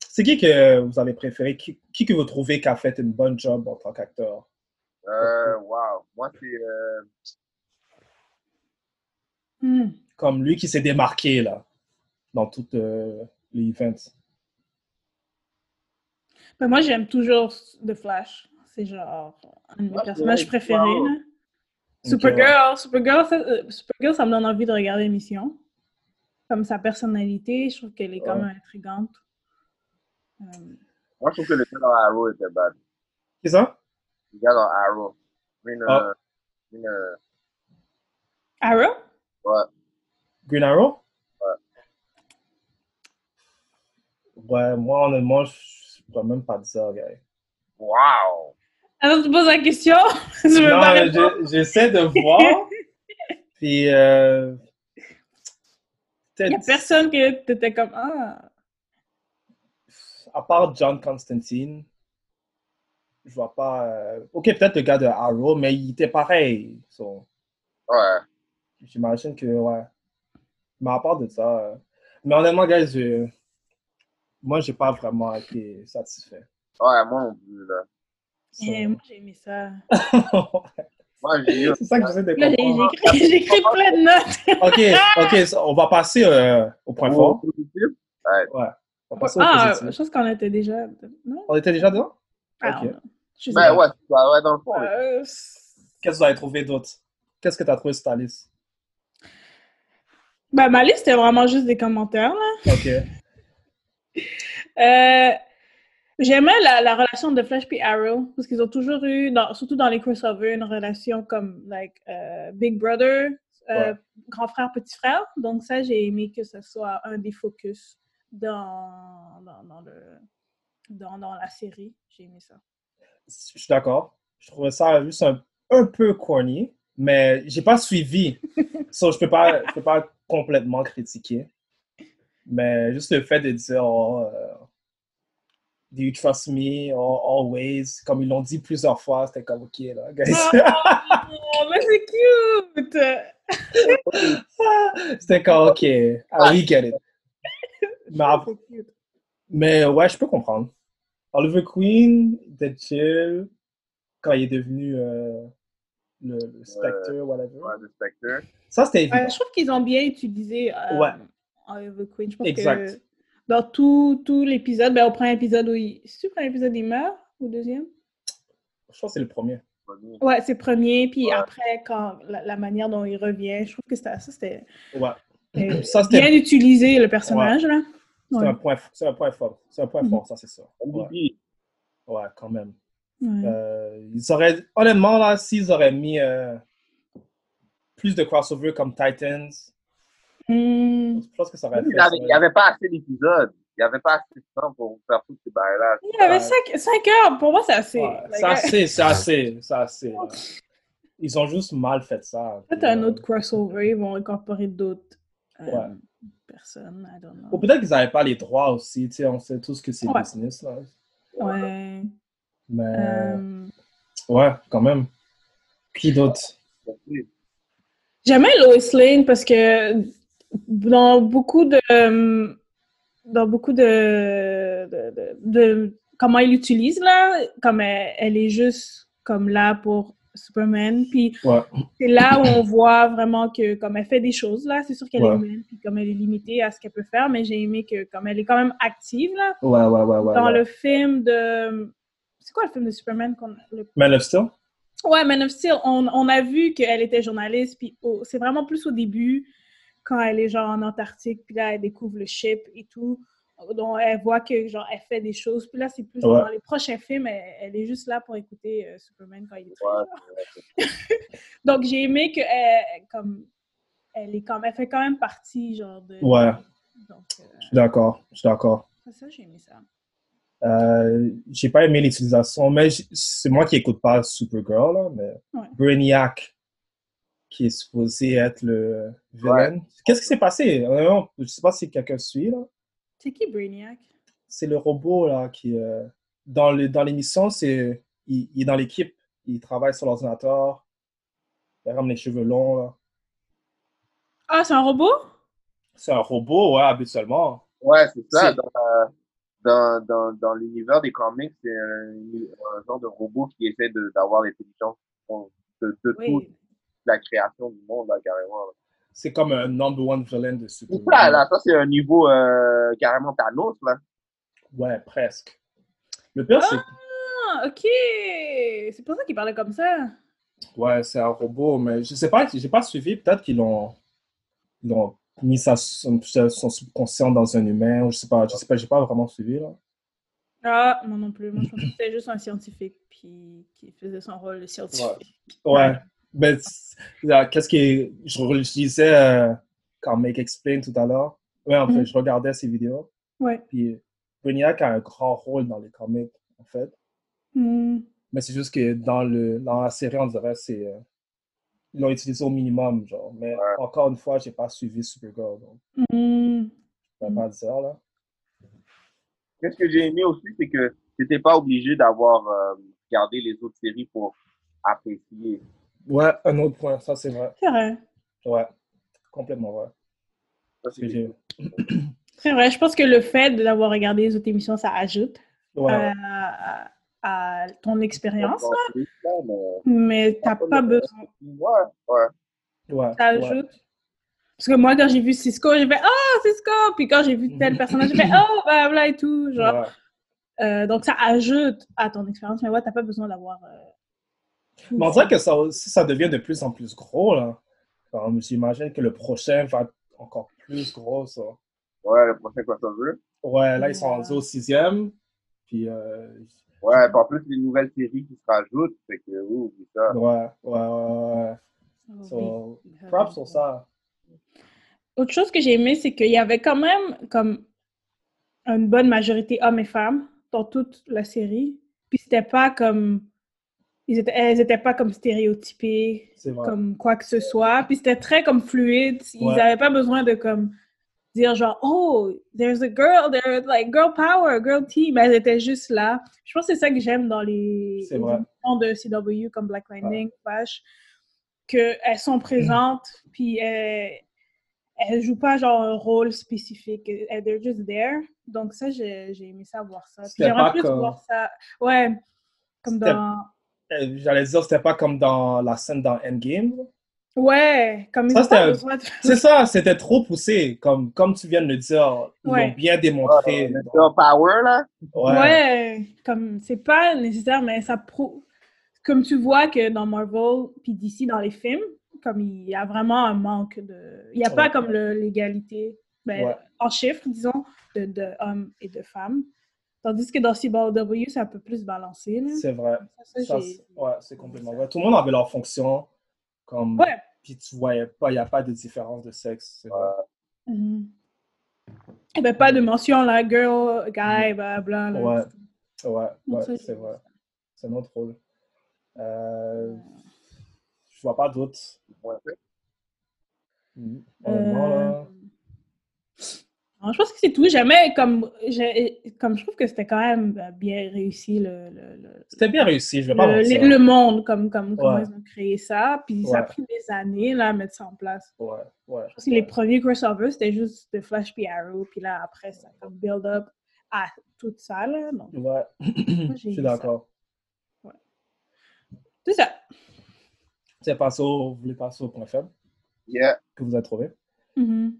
Speaker 2: C'est qui que vous avez préféré? Qui, qui que vous trouvez qui a fait une bonne job en tant qu'acteur?
Speaker 1: Euh, wow. Moi, c'est, euh,
Speaker 3: Hmm.
Speaker 2: Comme lui qui s'est démarqué, là, dans tout euh, les events.
Speaker 3: Mais moi, j'aime toujours The Flash. C'est genre un de mes
Speaker 1: Ouais,
Speaker 3: personnages
Speaker 1: ouais,
Speaker 3: préférés.
Speaker 1: wow.
Speaker 3: là.
Speaker 2: Ah, Ok,
Speaker 3: Supergirl, Supergirl, ça, euh, Supergirl, ça me donne envie de regarder l'émission. Comme sa personnalité, je trouve qu'elle est quand
Speaker 2: Ouais.
Speaker 3: même intrigante. Euh,
Speaker 1: moi, je trouve que le gars dans Arrow était bad.
Speaker 2: C'est ça?
Speaker 1: Le gars dans Arrow. Une,
Speaker 2: Ah.
Speaker 1: euh, une, euh,
Speaker 3: Arrow?
Speaker 1: ouais.
Speaker 2: Green Arrow?
Speaker 1: Ouais.
Speaker 2: Ouais, moi, honnêtement, je ne pourrais même pas dire ça, gars.
Speaker 1: Wow.
Speaker 3: Alors, tu poses la question? tu veux
Speaker 2: Non,
Speaker 3: pas
Speaker 2: mais
Speaker 3: répondre?
Speaker 2: je- j'essaie de voir. puis, euh,
Speaker 3: Il
Speaker 2: peut-être-
Speaker 3: n'y a personne que tu étais comme Ah!
Speaker 2: à part John Constantine, je vois pas. euh, Ok, peut-être le gars de Arrow, mais il était pareil. So,
Speaker 1: Ouais.
Speaker 2: J'imagine que, ouais. Mais à part de ça. euh, Mais honnêtement, guys, je... moi, j'ai pas vraiment été satisfait.
Speaker 1: Ouais, moi non plus, là.
Speaker 2: So-
Speaker 3: Eh, moi, j'ai aimé ça.
Speaker 1: Moi, j'ai eu.
Speaker 2: C'est ça que j'essaie de
Speaker 3: Là, j'ai-
Speaker 2: comprendre.
Speaker 3: j'ai écrit- j'ai écrit plein de notes.
Speaker 2: Ok, ok, so, on va passer euh, au point
Speaker 1: Au
Speaker 2: fort.
Speaker 1: positif,
Speaker 2: Ouais. On va passer au
Speaker 3: Ah, je
Speaker 2: positif.
Speaker 3: pense qu'on était déjà. Non?
Speaker 2: On était déjà dedans?
Speaker 3: Ah,
Speaker 2: Ok.
Speaker 3: non. Je sais
Speaker 1: Ben
Speaker 3: pas.
Speaker 1: ouais, c'est ça, ouais, dans le fond.
Speaker 3: Euh, c'est-
Speaker 2: Qu'est-ce que vous avez trouvé d'autre? Qu'est-ce que tu as trouvé sur ta liste?
Speaker 3: Ben, ma liste, c'était vraiment juste des commentaires. là.
Speaker 2: Ok.
Speaker 3: Euh, J'aimais la, la relation de Flash et Arrow, parce qu'ils ont toujours eu, dans- surtout dans les crossovers, une relation comme like, euh, Big Brother, euh,
Speaker 2: Ouais.
Speaker 3: grand frère, petit frère. Donc ça, j'ai aimé que ce soit un des focus dans, dans, dans le, dans, dans la série. J'ai aimé ça.
Speaker 2: Je suis d'accord. Je trouvais ça juste un, un peu corny, mais j'ai pas suivi. so, je peux pas, je peux pas complètement critiquer. Mais juste le fait de dire oh, euh, Do you trust me? Oh, always. Comme ils l'ont dit plusieurs fois, c'était comme OK, là, guys.
Speaker 3: Oh, mais c'est cute!
Speaker 2: c'était comme OK. Ah, we get it. Mais, ap-
Speaker 3: C'est cute.
Speaker 2: mais euh, ouais, je peux comprendre. Oliver Queen, était chill, quand il est devenu euh, le, le spectre, whatever.
Speaker 1: Ouais, de Spectre.
Speaker 2: Ça, c'était évident.
Speaker 3: Ouais, je trouve qu'ils ont bien utilisé euh,
Speaker 2: Ouais.
Speaker 3: Oliver Queen. Je pense
Speaker 2: Exact.
Speaker 3: que dans tout, tout l'épisode, ben, au premier épisode où il... C'est le premier épisode il meurt ou le deuxième?
Speaker 2: Je pense que c'est le premier.
Speaker 1: Bonnie.
Speaker 3: Ouais, c'est le premier, puis
Speaker 1: Ouais.
Speaker 3: après, quand la, la manière dont il revient, je trouve que c'était, ça, c'était
Speaker 2: Ouais.
Speaker 3: c'était
Speaker 2: Ça, c'était
Speaker 3: bien utilisé, le personnage, là.
Speaker 2: c'est
Speaker 3: Ouais.
Speaker 2: un, point- c'est un point fort. C'est un point
Speaker 3: Mhm.
Speaker 2: fort, ça, c'est ça. Ouais,
Speaker 1: MVP.
Speaker 2: Ouais, quand même.
Speaker 3: Ouais.
Speaker 2: Euh, ils auraient, honnêtement, là, s'ils auraient mis euh, plus de crossover comme Titans,
Speaker 3: Hmm.
Speaker 2: je pense que ça aurait
Speaker 1: Il
Speaker 2: fait.
Speaker 1: n'y avait, il
Speaker 2: ça
Speaker 1: y
Speaker 2: aurait-
Speaker 1: avait pas assez d'épisodes. Il n'y avait pas assez de temps pour faire toutes ces barrières-là.
Speaker 3: Il y avait 5, heures, pour moi, c'est assez.
Speaker 2: Ouais,
Speaker 3: Like,
Speaker 2: c'est assez, c'est assez, c'est assez. là. Ils ont juste mal fait ça.
Speaker 3: Peut-être
Speaker 2: Puis,
Speaker 3: un
Speaker 2: euh,
Speaker 3: autre crossover, ils vont incorporer d'autres euh,
Speaker 2: Ouais.
Speaker 3: personne, I don't
Speaker 2: Ou
Speaker 3: know.
Speaker 2: peut-être qu'ils n'avaient pas les droits aussi, tu sais, on sait tous que c'est
Speaker 3: Ouais.
Speaker 2: business, là.
Speaker 3: Ouais.
Speaker 2: Mais
Speaker 3: euh,
Speaker 2: ouais, quand même. Qui d'autre?
Speaker 3: J'aimais Lois Lane parce que dans beaucoup de. euh, Dans beaucoup de. de, de- de- comment il l'utilise, là, comme elle, elle est juste comme là pour Superman. Puis
Speaker 2: Ouais.
Speaker 3: c'est là où on voit vraiment que, comme elle fait des choses, là, c'est sûr qu'elle
Speaker 2: Ouais.
Speaker 3: est humaine, puis comme elle est limitée à ce qu'elle peut faire, mais j'ai aimé que, comme elle est quand même active, là,
Speaker 2: Ouais, ouais, ouais, ouais.
Speaker 3: dans
Speaker 2: ouais.
Speaker 3: le film de. C'est quoi le film de Superman qu'on. le-
Speaker 2: Man of Steel?
Speaker 3: Ouais, Man of Steel, on, on a vu qu'elle était journaliste, puis au- c'est vraiment plus au début, quand elle est genre en Antarctique, puis là, elle découvre le ship et tout. Donc, elle voit que, genre, elle fait des choses. Puis là, c'est plus
Speaker 2: Ouais.
Speaker 3: dans les prochains films, elle, elle est juste là pour écouter euh, Superman quand il est très
Speaker 1: Ouais,
Speaker 3: genre. Donc, j'ai aimé que, elle, comme, elle, est comme, elle fait quand même partie, genre, de...
Speaker 2: Ouais.
Speaker 3: Donc, euh,
Speaker 2: Je suis d'accord, je suis d'accord.
Speaker 3: ça, j'ai aimé ça.
Speaker 2: Euh, j'ai pas aimé l'utilisation, mais j- c'est moi qui écoute pas Supergirl, là, mais
Speaker 3: Ouais.
Speaker 2: Brainiac, qui est supposé être le villain. Qu'est-ce qui s'est passé? Honnêtement, Je sais pas si quelqu'un suit, là.
Speaker 3: C'est qui Brainiac?
Speaker 2: C'est le robot, là, qui, euh, dans le, dans l'émission, c'est, il, il est dans l'équipe, il travaille sur l'ordinateur, il rame les cheveux longs, là.
Speaker 3: Ah, c'est un robot?
Speaker 2: C'est un robot, ouais, habituellement.
Speaker 1: Ouais, c'est ça.
Speaker 2: C'est-
Speaker 1: Dans, la- dans, dans, dans l'univers des comics, c'est un, un genre de robot qui essaie de- d'avoir l'intelligence de, de, de toute
Speaker 3: Oui.
Speaker 1: la création du monde, là, carrément.
Speaker 2: Mm.
Speaker 1: là.
Speaker 2: C'est comme un number one villain de
Speaker 1: C'est
Speaker 2: Supergirl.
Speaker 1: ça, là, ça, c'est un niveau euh, carrément Thanos, là.
Speaker 2: Ouais, presque. Le pire,
Speaker 1: Hein?
Speaker 2: c'est
Speaker 3: Ah, OK! C'est pour ça qu'il parlait comme ça.
Speaker 2: Ouais, c'est un robot, mais je sais pas, j'ai pas suivi. Peut-être qu'ils l'ont, ils l'ont mis ça, son, son subconscient dans un humain, ou je sais pas, je sais pas, j'ai pas vraiment suivi là.
Speaker 3: Ah, moi non plus. Moi, je pensais que c'était juste un scientifique puis qui faisait son rôle de scientifique.
Speaker 2: Ouais, mais c'est- là, qu'est-ce que je, re- je disais euh, quand Make Explain tout à l'heure? Ouais, en fait,
Speaker 3: Mhm.
Speaker 2: je regardais ses vidéos,
Speaker 3: Ouais.
Speaker 2: puis Brainiac a un grand rôle dans les comics, en fait.
Speaker 3: Hmm.
Speaker 2: Mais c'est juste que dans, le, dans la série, on dirait c'est. euh, ils l'ont utilisé au minimum, genre. Mais
Speaker 1: Ouais.
Speaker 2: encore une fois, j'ai pas suivi Supergirl, donc
Speaker 3: Hmm.
Speaker 2: je peux pas dire, là.
Speaker 1: Qu'est-ce que j'ai aimé aussi, c'est que t'étais pas obligé d'avoir euh, regardé les autres séries pour apprécier.
Speaker 2: Ouais, un autre point, ça c'est vrai.
Speaker 3: C'est vrai.
Speaker 2: Ouais, complètement vrai.
Speaker 1: Ça,
Speaker 2: Parce
Speaker 1: c'est
Speaker 2: que j'ai-
Speaker 3: C'est vrai. Je pense que le fait d'avoir regardé les autres émissions, ça ajoute euh,
Speaker 2: Ouais, ouais.
Speaker 3: à, à- à ton expérience.
Speaker 1: Dans les plans, mais-
Speaker 3: Mais t'as pas besoin.
Speaker 1: Ouais, ouais.
Speaker 2: ouais,
Speaker 3: Ça
Speaker 2: ouais.
Speaker 3: ajoute. Parce que moi, quand j'ai vu Cisco, j'ai fait Ah, Cisco! Puis quand j'ai vu tel personnage, j'ai fait Oh, blabla et tout. Genre.
Speaker 2: Ouais.
Speaker 3: Euh, donc, ça ajoute à ton expérience. Mais ouais, t'as pas besoin d'avoir. euh, tout
Speaker 2: Mais on
Speaker 3: ça.
Speaker 2: dirait que ça aussi, ça devient de plus en plus gros, là. Comme J'imagine que le prochain va être encore plus gros, ça.
Speaker 1: Ouais, le prochain crossover.
Speaker 2: Ouais, là, ils sont
Speaker 3: Ouais.
Speaker 2: rendus au sixième. Puis, euh,
Speaker 1: Ouais, puis en plus, les nouvelles séries qui se rajoutent, fait que, ouh, oublie ça.
Speaker 2: ouais, ouais, ouais, ouais.
Speaker 3: Ça va
Speaker 2: So,
Speaker 3: vite.
Speaker 2: props sur ça.
Speaker 3: Autre chose que j'ai aimé, c'est qu'il y avait quand même comme une bonne majorité hommes et femmes dans toute la série. Puis c'était pas comme. Ils étaient, elles étaient pas comme stéréotypées,
Speaker 2: C'est vrai.
Speaker 3: comme quoi que ce soit. Puis c'était très comme fluide. Ils
Speaker 2: Ouais.
Speaker 3: n'avaient pas besoin de comme dire genre oh there's a girl there's like girl power girl team elles étaient juste là je pense que c'est ça que j'aime dans les,
Speaker 2: C'est
Speaker 3: les
Speaker 2: vrai.
Speaker 3: émissions de CW comme Black Lightning Flash que elles sont présentes puis elles, elles jouent pas genre un rôle spécifique elles they're just there donc ça j'ai j'ai aimé ça voir ça puis
Speaker 2: C'était pas
Speaker 3: j'aimerais plus
Speaker 2: comme-
Speaker 3: voir ça ouais comme
Speaker 2: C'était-
Speaker 3: dans
Speaker 2: Euh, J'allais dire, c'était pas comme dans la scène dans Endgame.
Speaker 3: ouais comme ils
Speaker 2: Ça,
Speaker 3: ont pas
Speaker 2: c'était-
Speaker 3: besoin de-
Speaker 2: C'est ça, c'était trop poussé. Comme, comme tu viens de le dire, ils
Speaker 3: Ouais.
Speaker 2: l'ont bien
Speaker 1: Ah,
Speaker 2: démontré.
Speaker 1: Le Girl Power, là.
Speaker 2: Ouais.
Speaker 3: Ouais. comme c'est pas nécessaire, mais ça prouve. Comme tu vois que dans Marvel puis d'ici dans les films, comme il y a vraiment un manque de. Il n'y a pas
Speaker 2: Ouais.
Speaker 3: comme le- l'égalité, ben,
Speaker 2: Ouais.
Speaker 3: en chiffres, disons, de, de hommes et de femmes. Tandis que dans CW, c'est un peu plus balancé. là.
Speaker 2: C'est vrai.
Speaker 3: Ça,
Speaker 2: Ça,
Speaker 3: j'ai-
Speaker 2: c'est- ouais, c'est complètement vrai. Tout le monde avait leur fonction. Comme,
Speaker 3: Ouais.
Speaker 2: Puis tu voyais pas, il n'y a pas de différence de sexe. c'est vrai.
Speaker 3: Mhm. Eh ben, pas de mention, là, girl, guy, blablabla. là.
Speaker 2: Mhm. Ouais. Ouais,
Speaker 3: Non,
Speaker 2: ouais,
Speaker 3: ça, j'ai
Speaker 2: c'est
Speaker 3: vu
Speaker 2: vrai.
Speaker 3: ça.
Speaker 2: C'est notre rôle. Euh, je vois pas d'autres. Hmm,
Speaker 1: Ouais.
Speaker 2: Honnêtement, là.
Speaker 3: Euh, Non, je pense que c'est tout. Jamais, comme, j'ai- comme je trouve que c'était quand même euh, bien réussi le, le, le-
Speaker 2: C'était bien réussi, je vais pas
Speaker 3: le,
Speaker 2: mentir.
Speaker 3: le- le monde, comme, comme comment
Speaker 2: Ouais.
Speaker 3: ils ont créé ça. Puis ça a
Speaker 2: Ouais.
Speaker 3: pris des années là, à mettre ça en place.
Speaker 2: Ouais, ouais.
Speaker 3: Je pense que les premiers crossovers, c'était juste de Flash puis Arrow. Puis là, après, ça a comme build-up à toute ça. Là. Donc,
Speaker 2: Ouais,
Speaker 3: Moi,
Speaker 2: je
Speaker 3: j'ai
Speaker 2: suis
Speaker 3: eu ça.
Speaker 2: d'accord.
Speaker 3: c'est ça.
Speaker 2: C'est passé au, vous voulez passer au point faible
Speaker 1: Yeah.
Speaker 2: que vous avez trouvé.
Speaker 3: Mhm.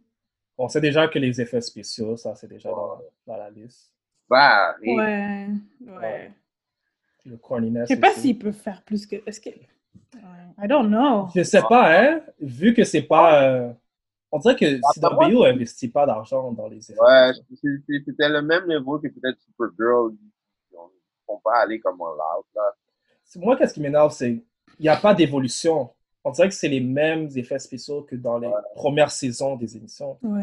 Speaker 2: On sait déjà que les effets spéciaux, ça, c'est déjà dans, dans la liste.
Speaker 1: Bah, et-
Speaker 3: Ouais. ouais.
Speaker 2: Ouais. Le corniness.
Speaker 3: Je sais pas
Speaker 2: aussi.
Speaker 3: s'ils peuvent faire plus que. Est-ce que. Ouais. I don't know.
Speaker 2: Je sais pas, hein, vu que c'est pas. euh, on dirait que CW investit pas d'argent dans les effets.
Speaker 1: ouais,
Speaker 2: spéciaux.
Speaker 1: c'est- c'est- c'était le même niveau que peut-être Supergirl. Ils ne sont pas allés comme en l'autre, là.
Speaker 2: Moi, qu'est-ce qui m'énerve, c'est qu'il n'y a pas d'évolution. On dirait que c'est les mêmes effets spéciaux que dans les premières saisons des émissions.
Speaker 3: Ouais.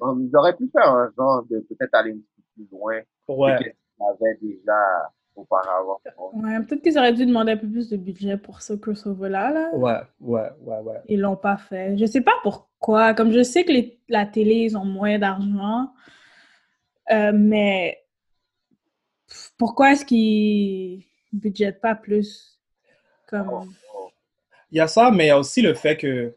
Speaker 1: Um, Ils auraient pu faire un genre de peut-être aller un petit peu plus loin
Speaker 2: Ouais,
Speaker 1: que ce qu'ils avaient déjà auparavant.
Speaker 3: Ouais, peut-être qu'ils auraient dû demander un peu plus de budget pour ce crossover-là. Là.
Speaker 2: ouais, ouais, ouais, ouais.
Speaker 3: Ils l'ont pas fait. Je sais pas pourquoi. Comme je sais que les- la télé, ils ont moins d'argent. euh, mais pff, pourquoi est-ce qu'ils budgètent pas plus? Comme...
Speaker 2: Il y a ça, mais il y a aussi le fait que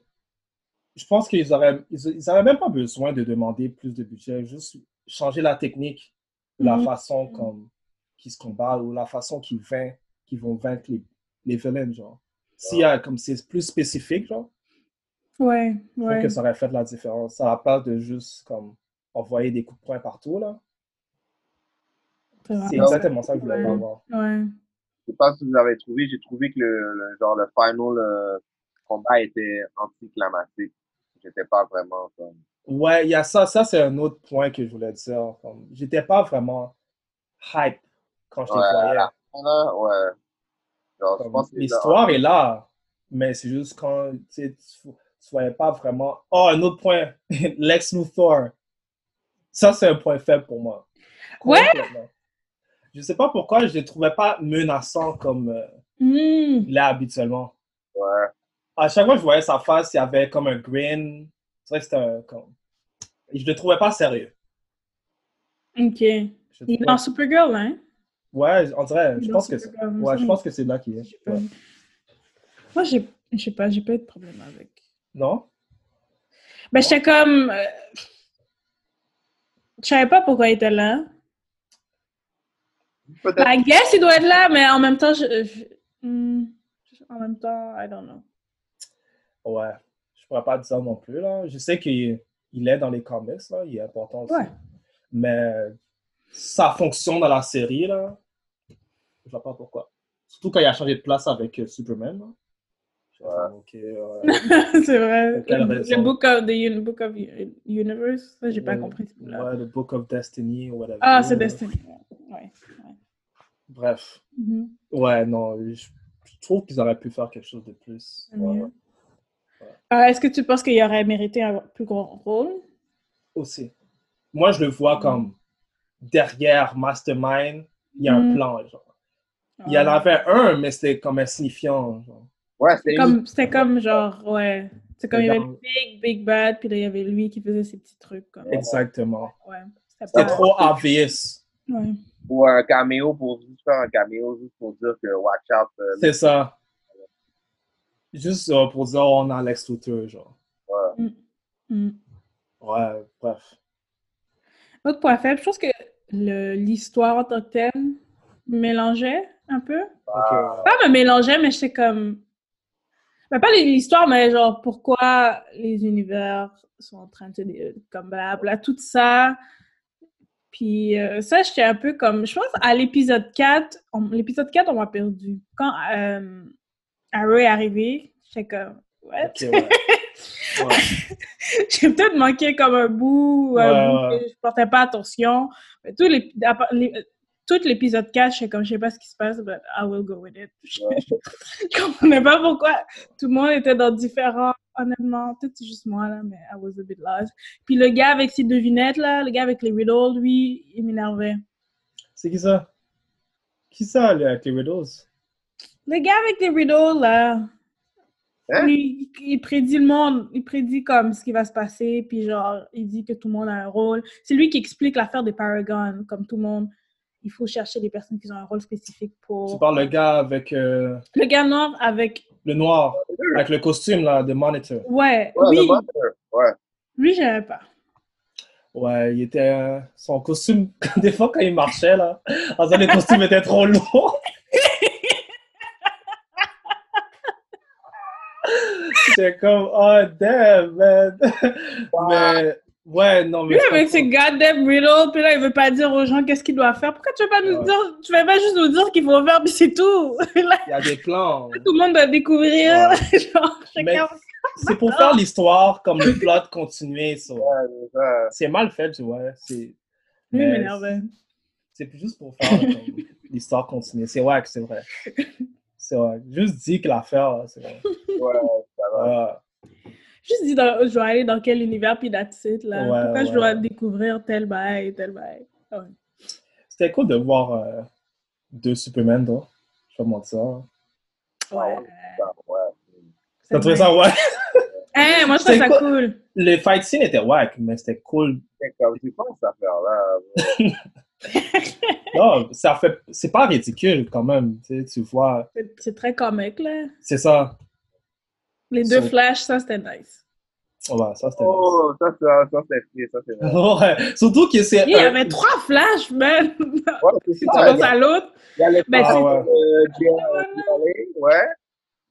Speaker 2: je pense qu'ils auraient, ils, ils auraient même pas besoin de demander plus de budget, juste changer la technique, la
Speaker 3: Mhm.
Speaker 2: façon comme qu'ils se combattent ou la façon qu'ils vainquent, qu'ils vont vaincre les, les villains, genre. S'il y a comme c'est plus spécifique, genre,
Speaker 3: Ouais,
Speaker 2: je trouve
Speaker 3: ouais.
Speaker 2: que ça aurait fait la différence. Ça n'a pas de juste comme envoyer des coups de poing partout, là.
Speaker 3: c'est
Speaker 2: C'est
Speaker 3: vraiment-
Speaker 2: exactement ça que je voulais pas
Speaker 3: Ouais.
Speaker 2: voir.
Speaker 3: Ouais.
Speaker 1: Je sais pas si vous avez trouvé, j'ai trouvé que le, le- genre le final euh, combat était anticlimatique. J'étais pas vraiment comme.
Speaker 2: Ouais, il y a ça. Ça, c'est un autre point que je voulais dire. Comme, j'étais pas vraiment hype quand je les
Speaker 1: Ouais,
Speaker 2: voyais.
Speaker 1: Ah, ouais. Genre, je
Speaker 2: Comme,
Speaker 1: pense que les gens-
Speaker 2: L'histoire est là, mais c'est juste quand tu sais, tu tu voyais pas vraiment. Oh, un autre point, Lex Luthor. Ça, c'est un point faible pour moi.
Speaker 3: Ouais?
Speaker 2: Complètement. Je sais pas pourquoi je le trouvais pas menaçant comme euh,
Speaker 3: Hmm.
Speaker 2: il est habituellement.
Speaker 1: Ouais.
Speaker 2: À chaque fois que je voyais sa face, il y avait comme un grin. C'est vrai que c'était un. Comme... Je le trouvais pas sérieux.
Speaker 3: Ok. Il
Speaker 2: Je
Speaker 3: est
Speaker 2: trouvais-
Speaker 3: dans Supergirl, hein?
Speaker 2: Ouais, on dirait.
Speaker 3: Il est
Speaker 2: Je
Speaker 3: dans
Speaker 2: pense que c'est.
Speaker 3: Supergirl, il me
Speaker 2: Ouais, je
Speaker 3: semble.
Speaker 2: pense que c'est là qu'il est.
Speaker 3: J'ai pas-
Speaker 2: Ouais.
Speaker 3: Moi, j'ai- je sais pas, j'ai pas eu de problème avec.
Speaker 2: Non?
Speaker 3: Ben, j'étais comme. euh, Je savais pas pourquoi il était là.
Speaker 1: Peut-être.
Speaker 3: Ben, I guess il doit être là, mais en même temps, je. je- hmm, En même temps, I don't know.
Speaker 2: Ouais, je pourrais pas dire non plus, là. Je sais qu'il il est dans les comics, là. Il est important aussi.
Speaker 3: Ouais.
Speaker 2: Mais sa fonction dans la série, là, je vois pas pourquoi. Surtout quand il a changé de place avec euh, Superman, là. Je vois, ok, ouais.
Speaker 3: c'est vrai.
Speaker 2: Pour quelle raison?
Speaker 3: Le book of the Un- Book of U- Universe, ça, j'ai pas
Speaker 2: Ouais,
Speaker 3: compris ce bout-là.
Speaker 2: Ouais, le Book of Destiny ou whatever.
Speaker 3: Ah, c'est Destiny. Ouais. ouais.
Speaker 2: Bref.
Speaker 3: Mhm.
Speaker 2: Ouais, non, je, je trouve qu'ils auraient pu faire quelque chose de plus.
Speaker 3: C'est
Speaker 2: Ouais,
Speaker 3: mieux.
Speaker 2: ouais.
Speaker 3: Ah, Est-ce que tu penses qu'il aurait mérité un plus gros rôle?
Speaker 2: Aussi. Moi, je le vois comme derrière Mastermind, il y a un
Speaker 3: Mm.
Speaker 2: plan, genre. Il y en avait un, mais c'était comme insignifiant. genre.
Speaker 1: Ouais, c'est
Speaker 3: Comme- C'était comme genre, ouais. C'est comme il y avait
Speaker 2: Dans-
Speaker 3: le big, big bad, puis là, il y avait lui qui faisait ses petits trucs. Comme.
Speaker 2: Exactement.
Speaker 3: Ouais. C'était
Speaker 2: C'était
Speaker 3: pas.
Speaker 2: trop obvious.
Speaker 3: Ouais.
Speaker 1: pour un caméo, pour juste faire un caméo, juste pour dire que Watch Out. euh,
Speaker 2: C'est ça. Juste euh, pour dire, on a Lex Luthor, genre.
Speaker 3: Mm.
Speaker 2: Ouais, bref.
Speaker 3: Autre point faible, je pense que le- l'histoire en tant que telle me mélangeait un peu.
Speaker 2: Ok,
Speaker 3: Pas me mélangeait, mais j'étais comme. Ben, pas les- l'histoire, mais genre pourquoi les univers sont en train de se. dé- Comme blabla, tout ça. Puis euh, ça, j'étais un peu comme. Je pense à l'épisode 4, on- l'épisode 4, on m'a perdu. Quand euh, Arrow est arrivé, j'étais comme. What?
Speaker 2: Ok, ouais. Ouais.
Speaker 3: J'ai peut-être manqué comme un bout, un
Speaker 2: Ouais,
Speaker 3: bout que je portais pas attention. Mais tout l'ép- à part- l'ép- tout l'épisode 4, je suis comme, je sais pas ce qui se passe, but I will go with it. Je, je comprenais pas pourquoi. Tout le monde était dans différents, honnêtement. Peut-être c'est juste moi, là, mais I was a bit lost. Puis le gars avec ses devinettes, là, le gars avec les riddles, lui, il m'énervait.
Speaker 2: C'est qui ça? Qui ça, le, avec les Widows?
Speaker 3: Le gars avec les riddles, là.
Speaker 1: Hein?
Speaker 3: Lui, il, il prédit le monde, il prédit comme ce qui va se passer, puis genre, il dit que tout le monde a un rôle. C'est lui qui explique l'affaire des Paragon, comme tout le monde. Il faut chercher des personnes qui ont un rôle spécifique
Speaker 2: Tu
Speaker 3: pour...
Speaker 2: parles le gars avec euh,
Speaker 3: Le gars noir avec...
Speaker 2: le noir, avec le costume là, de Monitor.
Speaker 3: Ouais,
Speaker 1: Ouais,
Speaker 3: oui,
Speaker 1: le menteur. Ouais.
Speaker 3: lui, j'aimais pas.
Speaker 2: Ouais, il était. euh, son costume, des fois quand il marchait là, en fait, le costume était trop lourd. J'étais comme, oh damn, man. Mais, ouais, non, mais.
Speaker 3: Lui, avec ses goddamn riddles, puis là, il veut pas dire aux gens qu'est-ce qu'ils doivent faire. Pourquoi tu veux pas nous
Speaker 2: Ouais.
Speaker 3: dire... Tu veux pas juste nous dire qu'il faut faire, puis c'est tout. Là,
Speaker 2: Il y a des plans.
Speaker 3: tout le monde doit découvrir. genre,
Speaker 2: Mais
Speaker 3: chacun...
Speaker 2: c'est pour faire l'histoire comme le plot continuer. ça.
Speaker 1: Ouais.
Speaker 2: C'est mal fait, tu vois. C'est
Speaker 3: Lui, il
Speaker 2: mais-
Speaker 3: m'énervait.
Speaker 2: c'est juste pour faire comme, l'histoire continuer. C'est wack, c'est vrai. C'est vrai. Juste dit que l'affaire, là, c'est vrai.
Speaker 1: Ouais,
Speaker 2: Ah,
Speaker 3: Juste dis, dans- je dois aller dans quel univers, puis that's it, là.
Speaker 2: Ouais,
Speaker 3: Pourquoi je
Speaker 2: ouais.
Speaker 3: dois découvrir tel bail, tel bail.
Speaker 2: C'était cool de voir euh, deux Superman, donc. Je vais pas mentir.
Speaker 3: Ouais.
Speaker 1: bah, ouais.
Speaker 2: T'as trouvé ça wack?
Speaker 3: Hein, moi, je trouve
Speaker 2: C'est
Speaker 3: ça
Speaker 2: quoi-
Speaker 3: cool.
Speaker 2: Le fight scene était wack, mais c'était cool.
Speaker 1: C'est comme, c'est quoi cette affaire-là?
Speaker 2: Non, ça fait... C'est pas ridicule, quand même. Tu, sais, tu vois,
Speaker 3: C'est- C'est très comique, là.
Speaker 2: c'est ça.
Speaker 3: Les deux
Speaker 2: C'est-
Speaker 3: flashs, ça, c'était nice.
Speaker 2: Ouais, ça, c'était...
Speaker 1: Oh, ça, ça, ça, c'est pris, ça, c'est vrai.
Speaker 2: Ouais. Surtout que c'est...
Speaker 3: Il y
Speaker 2: un-
Speaker 3: avait trois flashs, man!
Speaker 2: Ah,
Speaker 1: Ouais, c'est
Speaker 3: Tu
Speaker 1: ça.
Speaker 3: commences
Speaker 1: il y a-
Speaker 3: à l'autre.
Speaker 1: Il y a le
Speaker 3: Ben,
Speaker 1: flash euh,
Speaker 2: c'est-
Speaker 1: de Jerry, ouais.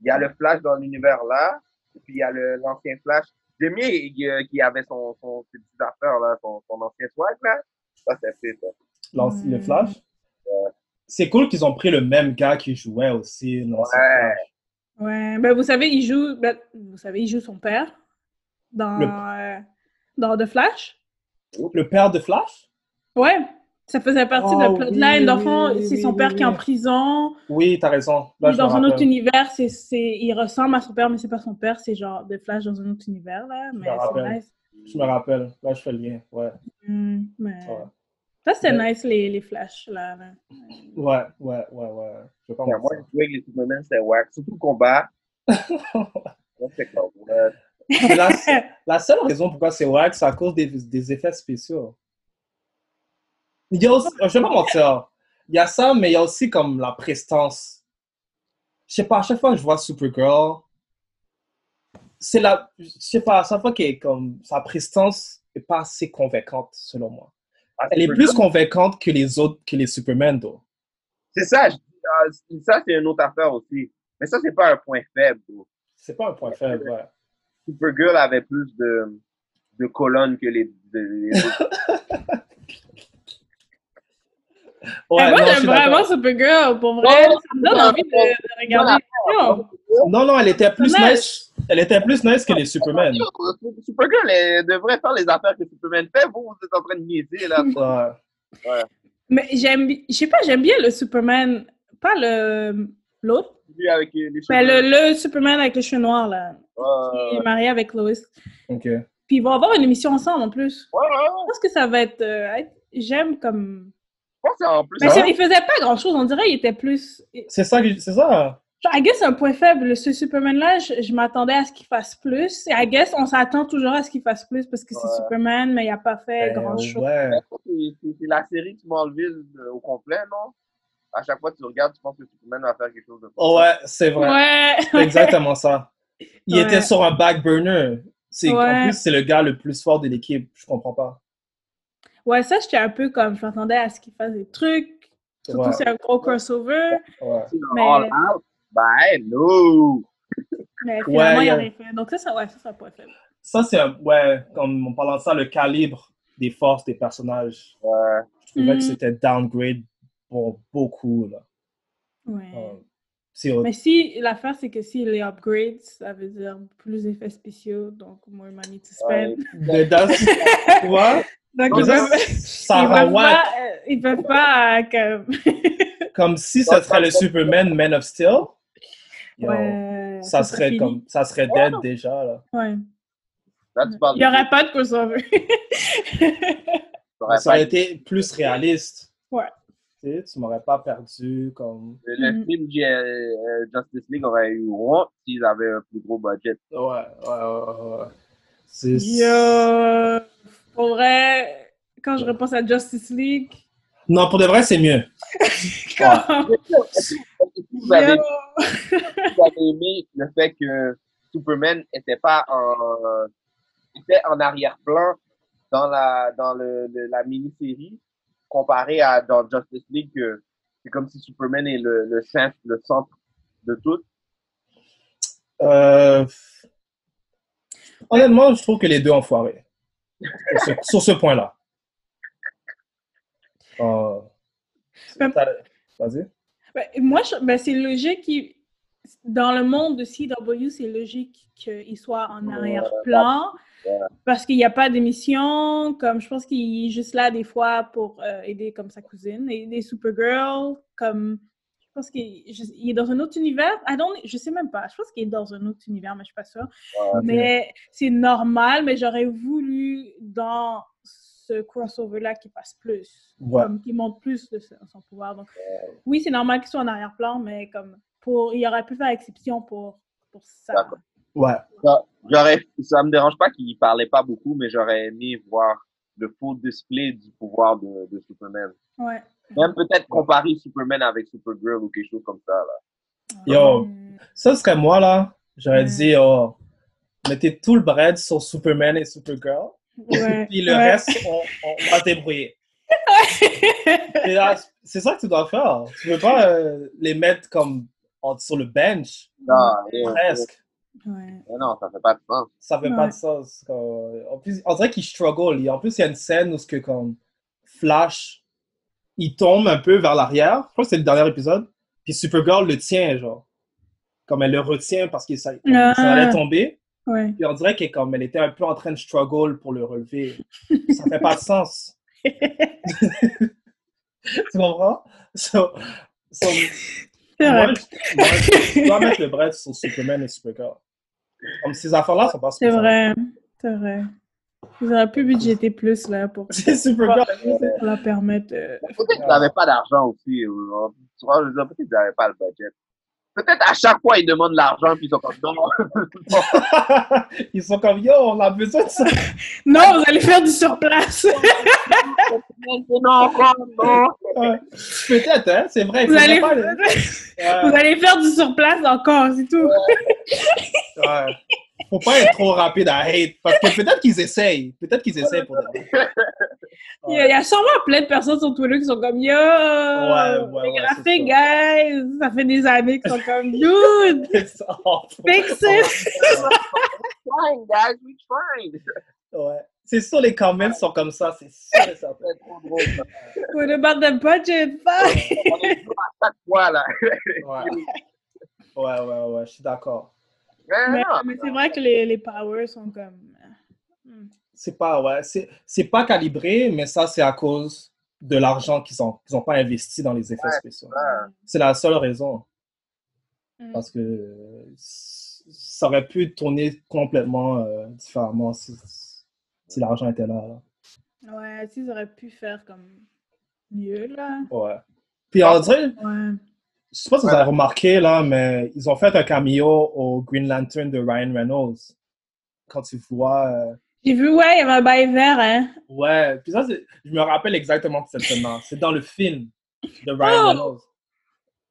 Speaker 1: Il y a le flash dans l'univers là. Puis il y a le- l'ancien flash. J'aime bien euh, qui avait son, son, ses petites affaires là, son, son ancien swag là. Ça, c'est pris, ça.
Speaker 2: Lance- le Flash. Euh, C'est cool qu'ils ont pris le même gars qui jouait aussi dans ce
Speaker 1: Ouais.
Speaker 2: Flash.
Speaker 3: Ouais, ben, vous savez, il joue... ben, vous savez, il joue son père dans... euh, dans The Flash.
Speaker 2: Le père de Flash
Speaker 3: Ouais. Ça faisait partie de la
Speaker 2: Oh,
Speaker 3: plotline.
Speaker 2: oui,
Speaker 3: dans le
Speaker 2: oui,
Speaker 3: fond,
Speaker 2: oui,
Speaker 3: c'est
Speaker 2: oui,
Speaker 3: son
Speaker 2: oui,
Speaker 3: père
Speaker 2: oui.
Speaker 3: qui est en prison.
Speaker 2: Oui, t'as raison. Là,
Speaker 3: Puis
Speaker 2: je
Speaker 3: dans
Speaker 2: me
Speaker 3: un autre
Speaker 2: rappelle.
Speaker 3: univers, c'est, c'est, il ressemble à son père, mais c'est pas son père, c'est genre The Flash dans un autre univers, là. Mais
Speaker 2: me rappelle.
Speaker 3: c'est nice.
Speaker 2: Je me rappelle. Là, je fais le lien. Ouais.
Speaker 3: Hmm, mais...
Speaker 2: Ouais.
Speaker 3: Ça, c'était
Speaker 2: Mais-
Speaker 3: nice, les, les flashs, là. là.
Speaker 2: Ouais, ouais, ouais, ouais. Je vais pas
Speaker 1: Ouais,
Speaker 2: mentir.
Speaker 1: Moi, je jouais avec les Superman, c'était wack. Surtout le combat. Moi, c'est comme, ouais.
Speaker 2: Mais la, la seule raison pourquoi c'est wack, c'est à cause des, des effets spéciaux. Il y a aussi, je vais pas mentir, il y a ça, mais il y a aussi comme la prestance. Je sais pas, à chaque fois que je vois Supergirl, c'est la, je sais pas, à chaque fois qu'elle est comme, sa prestance est pas assez convaincante, selon moi.
Speaker 1: Ah,
Speaker 2: Elle est
Speaker 1: c'est
Speaker 2: plus
Speaker 1: ça.
Speaker 2: convaincante que les autres, que les Superman, though.
Speaker 1: C'est ça, je- ah, c'est- ça, c'est une autre affaire aussi. Mais ça, c'est pas un point faible, bro.
Speaker 2: C'est pas un point faible, ouais.
Speaker 1: Supergirl avait plus de, de colonnes que les, de- les autres.
Speaker 2: Ouais,
Speaker 3: Eh, moi,
Speaker 2: non, je
Speaker 3: j'aime
Speaker 2: suis d'accord.
Speaker 3: vraiment Supergirl, pour vrai.
Speaker 1: Ouais,
Speaker 3: ça me donne
Speaker 1: ouais,
Speaker 3: envie de,
Speaker 1: ouais.
Speaker 3: de regarder. Non,
Speaker 2: Non, non, elle était plus
Speaker 3: Dommage.
Speaker 2: nice. Elle était plus nice que les Superman.
Speaker 1: Supergirl elle devrait faire les affaires que Superman fait. Vous, vous êtes en train de niaiser, là.
Speaker 2: Ouais.
Speaker 3: Mais j'aime, bi- je sais pas, j'aime bien le Superman, pas le, l'autre,
Speaker 1: Lui, avec les cheveux.
Speaker 3: mais le, le Superman avec les cheveux noirs, là, qui
Speaker 1: Euh,
Speaker 3: est marié avec Lois.
Speaker 2: Ok.
Speaker 3: Puis ils vont avoir une émission ensemble, en plus.
Speaker 1: ouais, ouais, ouais.
Speaker 3: Je pense que ça va être. euh, être- J'aime comme.
Speaker 1: Je pense que en plus.
Speaker 3: Mais
Speaker 2: Ça
Speaker 3: c'est-
Speaker 2: va?
Speaker 3: il faisait pas grand chose, on dirait il était plus.
Speaker 2: C'est ça, que- c'est ça.
Speaker 3: Genre, I guess un point faible, ce Superman-là, je, je m'attendais à ce qu'il fasse plus. Et I guess on s'attend toujours à ce qu'il fasse plus parce que c'est
Speaker 1: Ouais.
Speaker 3: Superman, mais il a pas fait
Speaker 2: Ben,
Speaker 3: grand chose.
Speaker 2: ouais.
Speaker 1: c'est- c'est c'est la série que tu m'enleves au complet, non? À chaque fois que tu regardes, tu penses que Superman va faire quelque chose de
Speaker 2: Oh, ouais, c'est vrai.
Speaker 3: Ouais.
Speaker 2: C'est exactement ça. Il
Speaker 3: Ouais.
Speaker 2: était sur un back burner. C'est, En
Speaker 3: Ouais.
Speaker 2: plus, c'est le gars le plus fort de l'équipe. Je comprends pas.
Speaker 3: Ouais, ça, j'étais un peu comme. Je m'attendais à ce qu'il fasse des trucs. Surtout
Speaker 2: Ouais.
Speaker 3: c'est un gros crossover.
Speaker 2: Ouais.
Speaker 3: Mais-
Speaker 1: All out? Ben, no!
Speaker 3: Mais finalement,
Speaker 2: Ouais,
Speaker 3: il
Speaker 2: ouais.
Speaker 3: a rien fait. Donc ça, ça, ouais, ça, c'est un point faible.
Speaker 2: Ça, c'est un. Ouais, comme en parlant de ça, le calibre des forces des personnages.
Speaker 1: Ouais.
Speaker 2: Je trouvais
Speaker 3: Mm.
Speaker 2: que c'était downgrade pour beaucoup. Là.
Speaker 3: Ouais.
Speaker 2: Euh, c'est
Speaker 3: Mais si, l'affaire, c'est que s'il les upgrade, ça veut dire plus d'effets spéciaux, donc more money to spend.
Speaker 2: Mais dans- tu vois,
Speaker 3: Donc,
Speaker 2: mais
Speaker 3: ils
Speaker 2: ça,
Speaker 3: peuvent,
Speaker 2: ça
Speaker 3: ils
Speaker 2: rend
Speaker 3: peuvent
Speaker 2: wack.
Speaker 3: pas, euh, ils peuvent pas, euh, comme...
Speaker 2: Comme si ce serait le Superman Man of Steel. Yo,
Speaker 3: Ouais, euh,
Speaker 2: ça serait
Speaker 3: fini.
Speaker 2: comme ça serait dead déjà là.
Speaker 3: Ouais.
Speaker 1: Là, tu parles
Speaker 3: Mm. Il y aurait pas de crossover.
Speaker 1: de- t'aurais
Speaker 2: Ça aurait
Speaker 1: pas-
Speaker 2: été plus réaliste.
Speaker 3: Ouais.
Speaker 2: Tu sais, tu m'aurais pas perdu comme.
Speaker 1: Le
Speaker 3: Mhm.
Speaker 1: film J- euh, Justice League aurait eu romp s'ils avaient un plus gros budget.
Speaker 2: Ouais, ouais, ouais, ouais. C'est.
Speaker 3: Yo! Pour vrai, quand je repense à Justice League,
Speaker 2: Non, pour de vrai, c'est mieux.
Speaker 3: comme,
Speaker 1: Est-ce que- est-ce que Vous avez,
Speaker 3: yo!
Speaker 1: vous avez aimé le fait que Superman n'était pas en, était en arrière-plan dans la, dans le, le- la mini-série comparé à dans Justice League que c'est comme si Superman est le, le centre, le centre de tout.
Speaker 2: Euh, Honnêtement, je trouve que les deux ont foiré. Sur ce, sur ce point-là. Euh,
Speaker 3: Ben-
Speaker 2: t'as- Vas-y.
Speaker 3: Ben, moi, je- ben, c'est logique. qu'il- Dans le monde de CW, c'est logique qu'il soit en
Speaker 1: Ouais,
Speaker 3: arrière-plan
Speaker 1: ouais.
Speaker 3: parce qu'il n'y a pas d'émission. Comme je pense qu'il est juste là des fois pour euh, aider comme sa cousine, aider Supergirl. Comme je pense qu'il je- il est dans un autre univers. Ah non, je sais même pas. Je pense qu'il est dans un autre univers, mais je suis pas sûre. Mais c'est normal. Mais j'aurais voulu dans ce crossover-là qu'il passe plus
Speaker 2: Ouais.
Speaker 3: comme qui montre plus de son son pouvoir. Donc, oui, c'est normal qu'il soit en arrière-plan, mais comme pour, il aurait pu faire exception pour, pour ça.
Speaker 1: D'accord.
Speaker 2: Ouais.
Speaker 1: J'aurais, ça me dérange pas qu'il parlait pas beaucoup, mais j'aurais aimé voir le full display du pouvoir de, de Superman.
Speaker 3: Ouais.
Speaker 1: Même peut-être comparer Superman avec Supergirl ou quelque chose comme ça. Là.
Speaker 2: Yo.
Speaker 3: Mm.
Speaker 2: Ça serait moi, là. J'aurais
Speaker 3: Mm.
Speaker 2: dit, oh, mettez tout le bread sur Superman et Supergirl.
Speaker 3: Ouais.
Speaker 2: Puis le
Speaker 3: Ouais.
Speaker 2: reste, on, on va débrouiller. Et là, C'est ça que tu dois faire. Tu veux pas euh, les mettre comme en- sur le bench.
Speaker 1: Non, euh,
Speaker 2: Presque.
Speaker 3: Ouais.
Speaker 1: euh, non, ça fait pas de sens.
Speaker 2: ça fait
Speaker 3: Ouais.
Speaker 2: pas de sens. comme, En plus, on dirait qu'il struggle. Et en plus, il y a une scène où ce que comme Flash, il tombe un peu vers l'arrière. Je crois que c'est le dernier épisode. Puis Supergirl le tient, genre. Comme elle le retient parce que ça, comme
Speaker 3: Ah.
Speaker 2: ça allait tomber.
Speaker 3: Ouais.
Speaker 2: Puis on dirait qu'elle comme elle était un peu en train de struggle pour le relever. ça fait pas de sens. tu comprends? So- so,
Speaker 3: C'est
Speaker 2: moi,
Speaker 3: vrai.
Speaker 2: je, moi, je dois mettre le bref sur Superman et Supergirl. Comme ces affaires-là sont pas
Speaker 3: C'est
Speaker 2: supposées-
Speaker 3: vrai. C'est vrai. Ils auraient pu budgéter plus là pour,
Speaker 2: C'est Supergirl.
Speaker 3: pour leur permettre. euh,
Speaker 1: Peut-être qu'ils n'avaient pas d'argent aussi. euh, en- Tu vois, je veux dire, peut-être qu'ils n'avaient pas le budget. Peut-être à chaque fois, ils demandent l'argent, puis ils sont comme non.
Speaker 2: Ils sont comme yo, on a besoin de ça.
Speaker 3: Non, vous allez faire du surplace.
Speaker 1: non, encore, non.
Speaker 2: Ouais. Peut-être, hein, c'est vrai.
Speaker 3: Vous
Speaker 2: faudrait
Speaker 3: allez,
Speaker 2: pas
Speaker 3: vous
Speaker 2: le- Ouais,
Speaker 3: allez faire du surplace encore, c'est tout.
Speaker 2: ouais. Faut pas être trop rapide à hate parce que peut-être qu'ils essayent. Peut-être qu'ils essayent pour de vrai.
Speaker 3: Il y, a, il y a sûrement plein de personnes sur Twitter qui sont comme Yo!
Speaker 2: ouais,
Speaker 3: les
Speaker 2: ouais,
Speaker 3: graphiques, guys! Ça fait des années qu'ils sont comme Dude!
Speaker 2: Oh,
Speaker 3: Fix it!
Speaker 1: Fine, guys, we tried.
Speaker 2: ouais. C'est sûr, les comments sont comme ça, c'est sûr et certain.
Speaker 1: C'est trop drôle. ça.
Speaker 3: What about the budget? Fuck!
Speaker 1: On est toujours à chaque fois, là.
Speaker 2: Ouais, ouais, ouais, ouais, je suis d'accord.
Speaker 1: Mais
Speaker 3: Mais,
Speaker 1: Ah non,
Speaker 3: mais c'est vrai que les, les powers sont comme. hmm.
Speaker 2: C'est pas, ouais, c'est c'est pas calibré, mais ça, c'est à cause de l'argent qu'ils ont, qu'ils ont pas investi dans les effets spéciaux.
Speaker 1: Ah,
Speaker 2: C'est la seule raison.
Speaker 3: Hmm.
Speaker 2: parce que euh, c- ça aurait pu tourner complètement euh, différemment si, si l'argent était là, là.
Speaker 3: hmm. Ouais, tu sais, ils auraient pu faire comme mieux, là.
Speaker 2: Ouais. Puis on dirait,
Speaker 3: Ouais.
Speaker 2: je sais pas si vous avez remarqué là, mais ils ont fait un cameo au Green Lantern de Ryan Reynolds. Quand tu vois. euh,
Speaker 3: J'ai vu, ouais, il y avait un bail vert, hein.
Speaker 2: Ouais, puis ça, c'est- je me rappelle exactement de cette scène C'est dans le film de Ryan
Speaker 3: Oh!
Speaker 2: Reynolds.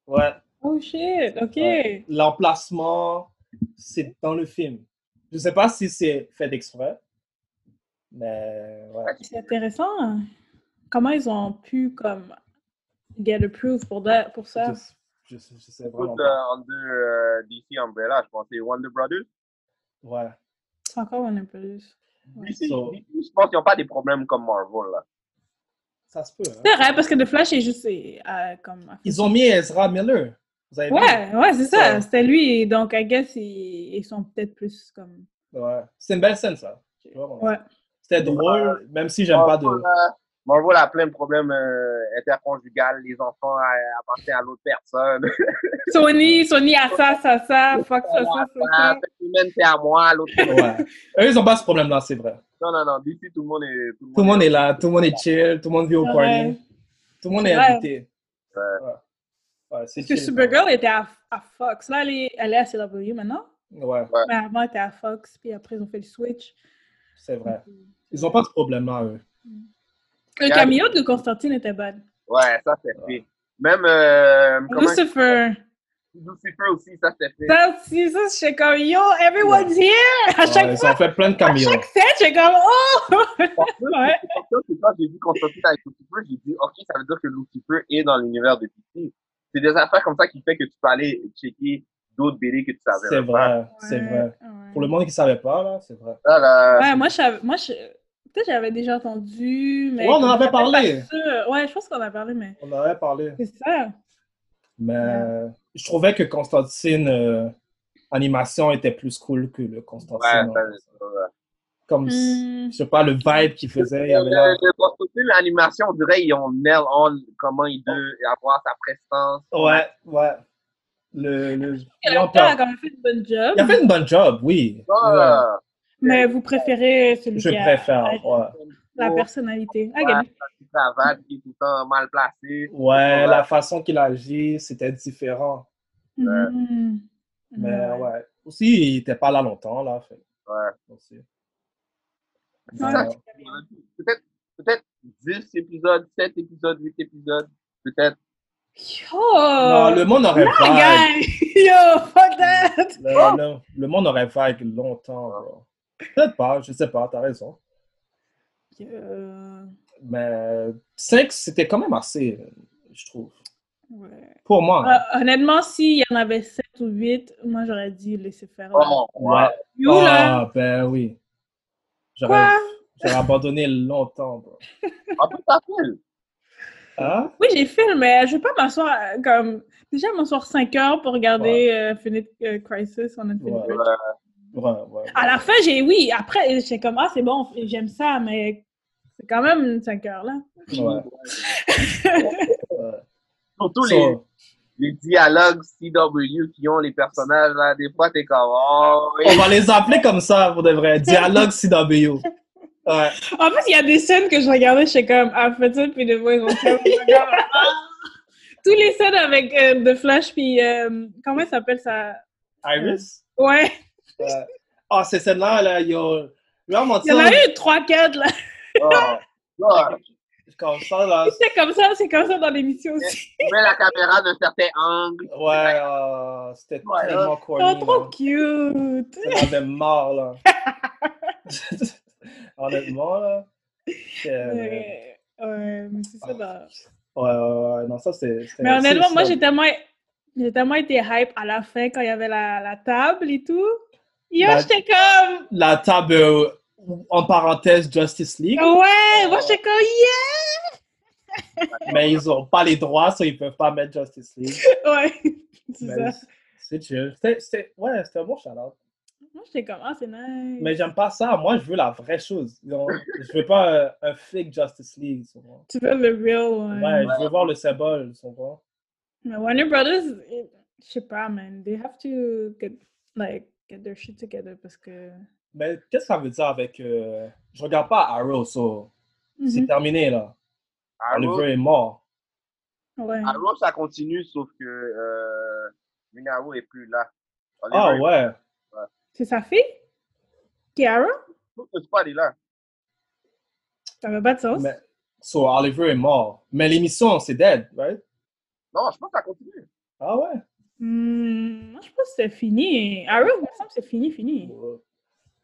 Speaker 2: Ouais.
Speaker 3: Oh shit, ok.
Speaker 2: Ouais. L'emplacement, c'est dans le film. Je sais pas si c'est fait d'exprès, mais ouais.
Speaker 3: C'est intéressant. Comment ils ont pu, comme, get approved pour, de- pour ça?
Speaker 2: Je, je, je sais vraiment
Speaker 1: Put
Speaker 2: pas.
Speaker 1: uh, under euh, DC Umbrella, je pense. C'est Wonder Brothers.
Speaker 2: Ouais.
Speaker 3: C'est encore un plus.
Speaker 1: DC,
Speaker 2: So-
Speaker 1: DC, je pense qu'ils n'ont pas des problèmes comme Marvel, là.
Speaker 2: Ça se peut. hein.
Speaker 3: C'est vrai, parce que The Flash est juste c'est, euh, comme.
Speaker 2: Ils ont mis Ezra Miller. Vous avez vu?
Speaker 3: Ouais, ouais, c'est ça.
Speaker 2: Ouais.
Speaker 3: C'était lui. et Donc, I guess, ils, ils sont peut-être plus comme.
Speaker 2: Ouais. C'est une belle scène, ça. Vraiment.
Speaker 3: Ouais.
Speaker 2: C'était drôle, même si j'aime pas de.
Speaker 1: Marvel, euh, Marvel a plein de problèmes euh, interconjugales, les enfants euh, appartiennent à l'autre personne.
Speaker 3: Sony, Sony a ça, ça, ça. Fuck ça, ça, ça.
Speaker 1: Ah,
Speaker 3: ça.
Speaker 1: cette semaine, c'est à moi, l'autre semaine-
Speaker 2: Ouais. Eux, ils ont pas ce problème-là, c'est vrai.
Speaker 1: Non, non, non, d'ici, tout le monde est.
Speaker 2: Tout le monde est là, tout le monde est chill, tout le monde vit au
Speaker 3: Ouais.
Speaker 2: party, tout le monde est
Speaker 3: Ouais.
Speaker 2: invité.
Speaker 1: euh,
Speaker 2: Ouais, c'est
Speaker 3: Parce
Speaker 2: chill. hein.
Speaker 3: que Supergirl était à, à Fox. Là, elle est, elle est à CW maintenant.
Speaker 2: Ouais,
Speaker 3: Mais avant, elle était à Fox, puis après, ils ont fait le switch.
Speaker 2: c'est vrai. Ils ont pas ce problème-là, eux.
Speaker 3: Le
Speaker 1: Yeah.
Speaker 3: cameo de Constantine était bon.
Speaker 1: ouais, ça c'est fait. Même euh, comment,
Speaker 3: Lucifer.
Speaker 1: Lucifer aussi, ça c'est fait.
Speaker 3: Ça aussi, ça, je suis comme, yo, everyone's here! À
Speaker 2: Ouais,
Speaker 3: chaque
Speaker 2: ils ont fait plein de
Speaker 3: fois, à
Speaker 2: caméos.
Speaker 3: chaque set, je suis comme, oh! ouais.
Speaker 1: Pour ça, c'est quand j'ai vu Constantine avec Lucifer, j'ai dit, OK, ça veut dire que Lucifer est dans l'univers de DC. C'est des affaires comme ça qui fait que tu peux aller checker d'autres BD que tu savais.
Speaker 2: C'est
Speaker 1: même pas.
Speaker 2: vrai, c'est vrai.
Speaker 3: Ouais.
Speaker 2: Pour le monde qui savait pas, là, Ah, c'est vrai.
Speaker 1: Ça, là,
Speaker 3: Ouais, moi, je savais- moi, je- peut-être j'avais déjà entendu, mais.
Speaker 2: Ouais, on en avait
Speaker 3: j'étais pas
Speaker 2: parlé.
Speaker 3: sûre. Ouais, je pense qu'on en a parlé, mais.
Speaker 2: On en avait parlé.
Speaker 3: C'est ça.
Speaker 2: Mais
Speaker 3: Ouais.
Speaker 2: je trouvais que Constantine euh, animation était plus cool que le Constantine.
Speaker 1: Ouais, ben,
Speaker 2: hein.
Speaker 1: ça, c'est vrai.
Speaker 2: Comme,
Speaker 3: Hmm.
Speaker 2: je sais pas, le vibe qu'il faisait. Il y avait là...
Speaker 1: Euh, Le- le Constantine, l'animation, on dirait, ils ont nail on comment il veut avoir sa prestance.
Speaker 2: Ouais, ouais. Le, le...
Speaker 3: Le
Speaker 2: Il, en
Speaker 3: L'acteur a
Speaker 2: parle.
Speaker 3: quand même fait une bonne job.
Speaker 2: Il a fait une bonne job, oui. Ouais.
Speaker 1: Ah,
Speaker 3: Mais vous préférez celui
Speaker 2: Je
Speaker 3: qui a
Speaker 2: préfère,
Speaker 3: a-
Speaker 2: ouais.
Speaker 3: la personnalité. Ah,
Speaker 1: Ouais.
Speaker 3: Gabi.
Speaker 1: une cravate qui est tout le temps mal placée.
Speaker 2: Ouais, la façon qu'il agit, c'était différent.
Speaker 3: Mhm.
Speaker 2: Mais
Speaker 3: Ouais.
Speaker 2: ouais. Aussi, il était pas là longtemps, là. fait-
Speaker 1: Ouais.
Speaker 2: aussi.
Speaker 3: Ouais,
Speaker 2: Ouais.
Speaker 3: c'est bien.
Speaker 1: Peut-être peut-être 10 épisodes, 7 épisodes, 8 épisodes, peut-être.
Speaker 3: Yo!
Speaker 2: Non, le Hum. monde aurait
Speaker 3: Oh
Speaker 2: vague.
Speaker 3: Guys, Oh! Yo, fuck that!
Speaker 2: Le, le- le monde aurait vague longtemps. bro. Peut-être pas, je sais pas, t'as raison.
Speaker 3: Euh,
Speaker 2: Mais 5, c'était quand même assez, je trouve.
Speaker 3: ouais.
Speaker 2: Pour moi.
Speaker 3: Euh, honnêtement, s'il y en avait 7 ou 8, moi j'aurais dit laisser faire. là.
Speaker 1: Oh,
Speaker 2: Ouais.
Speaker 3: Yo, là!
Speaker 2: Ah, ben oui. J'aurais
Speaker 3: Quoi?
Speaker 2: j'aurais abandonné longtemps, bro.
Speaker 1: On peut t'appeler.
Speaker 2: Hein?
Speaker 3: Oui, j'ai fait, mais je vais pas m'asseoir euh, comme. Déjà m'asseoir 5 heures pour regarder euh, Infinite euh, Crisis on Infinite
Speaker 2: Ouais.
Speaker 3: Bridge.
Speaker 2: Ouais, ouais, ouais.
Speaker 3: À la fin, j'ai. Oui, après, j'étais comme, ah, c'est bon, j'aime ça, mais c'est quand même 5 heures, là.
Speaker 2: Ouais, ouais.
Speaker 1: Surtout les,
Speaker 2: So,
Speaker 1: les dialogues CW qui ont les personnages, là, des fois, t'es comme, oh, oui.
Speaker 2: on va les appeler comme ça, pour de vrai. Dialogue CW. Ouais.
Speaker 3: En fait, il y a des scènes que je regardais, j'étais comme, ah, peut-être, puis de moi, ils vont faire. ah. Tous les scènes avec euh, The Flash, puis. euh, comment ça s'appelle ça?
Speaker 2: Iris?
Speaker 3: Ouais.
Speaker 2: Ouais. Ah, c'est celle-là, là, yo. Je vais Ah,
Speaker 3: Il y en a eu 3-4, là.
Speaker 1: oh, oh.
Speaker 2: Comme ça, là.
Speaker 3: C'est comme ça, c'est comme ça dans l'émission aussi.
Speaker 1: Tu mets la caméra d'un certain angle.
Speaker 2: Ouais, euh, c'était
Speaker 1: Ouais,
Speaker 2: tellement corny.
Speaker 3: Oh,
Speaker 2: là.
Speaker 3: trop cute!
Speaker 2: Ça m'avait marre, là. Honnêtement, là. Euh, Ouais,
Speaker 3: Ouais, ouais, mais c'est ça, là.
Speaker 2: ouais, ouais, non, ça, c'est... c'était-
Speaker 3: Mais honnêtement,
Speaker 2: c'est-
Speaker 3: moi,
Speaker 2: c'est-
Speaker 3: j'ai tellement, j'ai tellement été hype à la fin quand il y avait la, la table et tout. Yo,
Speaker 2: La-
Speaker 3: j'étais comme,
Speaker 2: La table, euh, en parenthèse, Justice League,
Speaker 3: ouais, moi, j'étais comme, yeah!
Speaker 2: mais ils ont pas les droits, ça, ils peuvent pas mettre Justice League.
Speaker 3: Ouais, c'est
Speaker 2: Mais
Speaker 3: ça.
Speaker 2: C'est chill. C'était- c'était- ouais, c'était un bon shout
Speaker 3: Moi, j'étais comme, ah, c'est nice.
Speaker 2: Mais j'aime pas ça. Moi, je veux la vraie chose. Non, je veux pas euh, un fake Justice League, tu vois.
Speaker 3: Tu veux le real,
Speaker 2: Ouais,
Speaker 3: ouais.
Speaker 2: je veux voir le symbole, tu vois.
Speaker 3: Mais Warner Brothers, eh, je sais pas, man, they have to get, like, get their shit together parce que...
Speaker 2: Mais qu'est-ce que ça veut dire avec... euh, Je regarde pas Arrow, so... C'est
Speaker 3: Mhm.
Speaker 2: terminé, là.
Speaker 1: Arrow,
Speaker 2: Oliver est mort.
Speaker 3: Ouais.
Speaker 1: Arrow, ça continue, sauf que, euh, Minaro est plus là. Oliver,
Speaker 2: Ah ouais.
Speaker 3: C'est sa fille? Kiara?
Speaker 1: Sauf que Spot est là.
Speaker 3: Ça avait pas de sens?
Speaker 2: Mais, so Oliver est mort. Mais l'émission, c'est dead, right?
Speaker 1: Non, je pense que ça continue.
Speaker 2: Ah ouais.
Speaker 3: Hmm, moi, je pense que c'est fini. Arrow, il me semble que c'est fini, fini.
Speaker 2: euh,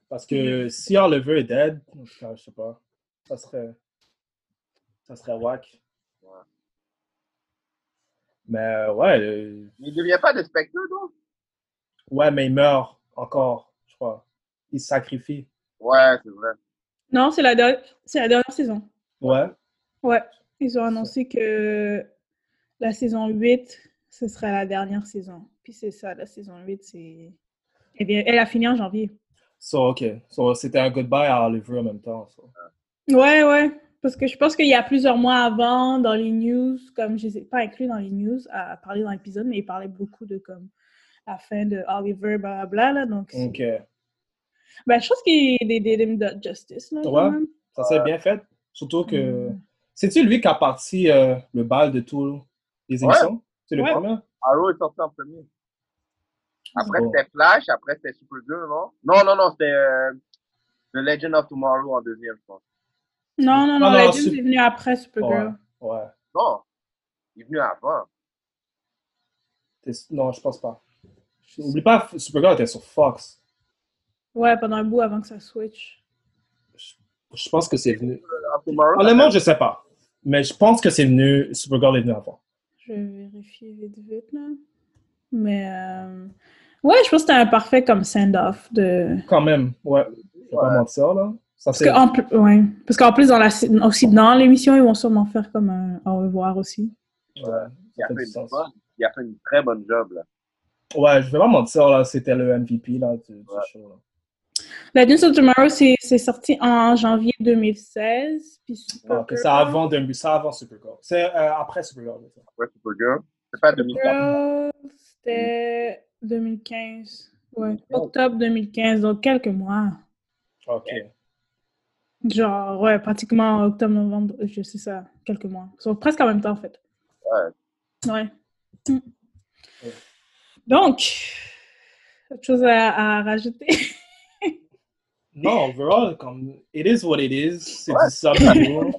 Speaker 2: Parce que si Oliver est dead, en tout cas, je sais pas. Ça serait. Ça serait whack.
Speaker 1: Ouais.
Speaker 2: Mais euh, ouais, euh,
Speaker 1: Mais il devient pas de Spectre, non?
Speaker 2: ouais, mais il meurt encore, je crois. Il se sacrifie.
Speaker 1: Ouais, c'est vrai.
Speaker 3: Non, c'est la, der- c'est la dernière saison.
Speaker 2: Ouais.
Speaker 3: Ouais. Ils ont annoncé que la saison 8, ce sera la dernière saison. Puis c'est ça, la saison 8, c'est. Eh bien, elle a fini en janvier.
Speaker 2: So, ok. So, c'était un goodbye à Oliver en même temps. so.
Speaker 3: Ouais, ouais. Parce que je pense qu'il y a plusieurs mois avant, dans les news, comme je ne les ai pas inclus dans les news, à parler dans l'épisode, mais il parlait beaucoup de comme la fin de Oliver, blablabla. Là, donc, c'est-
Speaker 2: Ok.
Speaker 3: ben, je pense qu'il y a des did de justice. Là, quand
Speaker 2: Ouais.
Speaker 3: même.
Speaker 2: Ça s'est bien fait. Surtout que. C'est-tu lui qui a parti euh, le bal de tout Les
Speaker 1: Ouais.
Speaker 2: émissions? C'est le
Speaker 3: Ouais.
Speaker 2: premier?
Speaker 1: Arrow est sorti en premier. Après,
Speaker 2: Bon.
Speaker 1: c'était Flash, après, c'était Supergirl, non? Non, non, non, c'était euh, The Legend of Tomorrow en deuxième, je pense.
Speaker 3: Non, non,
Speaker 2: Non,
Speaker 3: non,
Speaker 2: non,
Speaker 3: Legends
Speaker 2: c'est-
Speaker 3: est venu après
Speaker 2: Ouais.
Speaker 3: Supergirl.
Speaker 2: ouais.
Speaker 1: Non, il est venu avant.
Speaker 2: T'es- Non, je pense pas. N'oublie pas, Supergirl était sur Fox.
Speaker 3: Ouais. pendant un bout avant que ça switch.
Speaker 2: Je pense que c'est venu.
Speaker 1: Of Tomorrow,
Speaker 2: Honnêtement, je sais pas. Mais je pense que c'est venu. Supergirl est venu avant.
Speaker 3: Je vais vérifier vite, vite, là. Mais, euh, ouais, je pense que c'était un parfait comme send-off de...
Speaker 2: Quand même, ouais. Je vais pas mentir, là. Ça,
Speaker 3: Parce
Speaker 2: c'est.
Speaker 3: qu'en plus, ouais. Parce qu'en plus, dans la, aussi dans l'émission, ils vont sûrement faire comme un au revoir aussi.
Speaker 2: Ouais.
Speaker 1: il, a
Speaker 2: fait
Speaker 1: fait
Speaker 2: du
Speaker 1: une
Speaker 2: sens.
Speaker 1: bonne, il a fait une très bonne job, là.
Speaker 2: Ouais, je vais pas mentir, là. C'était le MVP, là, du, du
Speaker 1: Ouais.
Speaker 2: show, là.
Speaker 3: La Dune of Tomorrow, c'est c'est sorti en janvier 2016. Puis
Speaker 2: Ah,
Speaker 3: Supergirl,
Speaker 2: ok, c'est avant, Dumb- c'est avant Supergirl. C'est euh, après Supergirl. je sais.
Speaker 1: Après Supergirl, c'est pas 2004.
Speaker 3: Girl, c'était 2015. Ouais,
Speaker 2: Oh.
Speaker 3: octobre 2015, donc quelques mois.
Speaker 2: Ok.
Speaker 3: Genre, ouais, pratiquement octobre, novembre, je sais ça, quelques mois. Ils sont presque en même temps, en fait. Ouais. Mm.
Speaker 2: Ouais.
Speaker 3: Donc, autre chose à, à rajouter.
Speaker 2: Non, overall, comme, it is what it is. C'est du sub
Speaker 1: Comme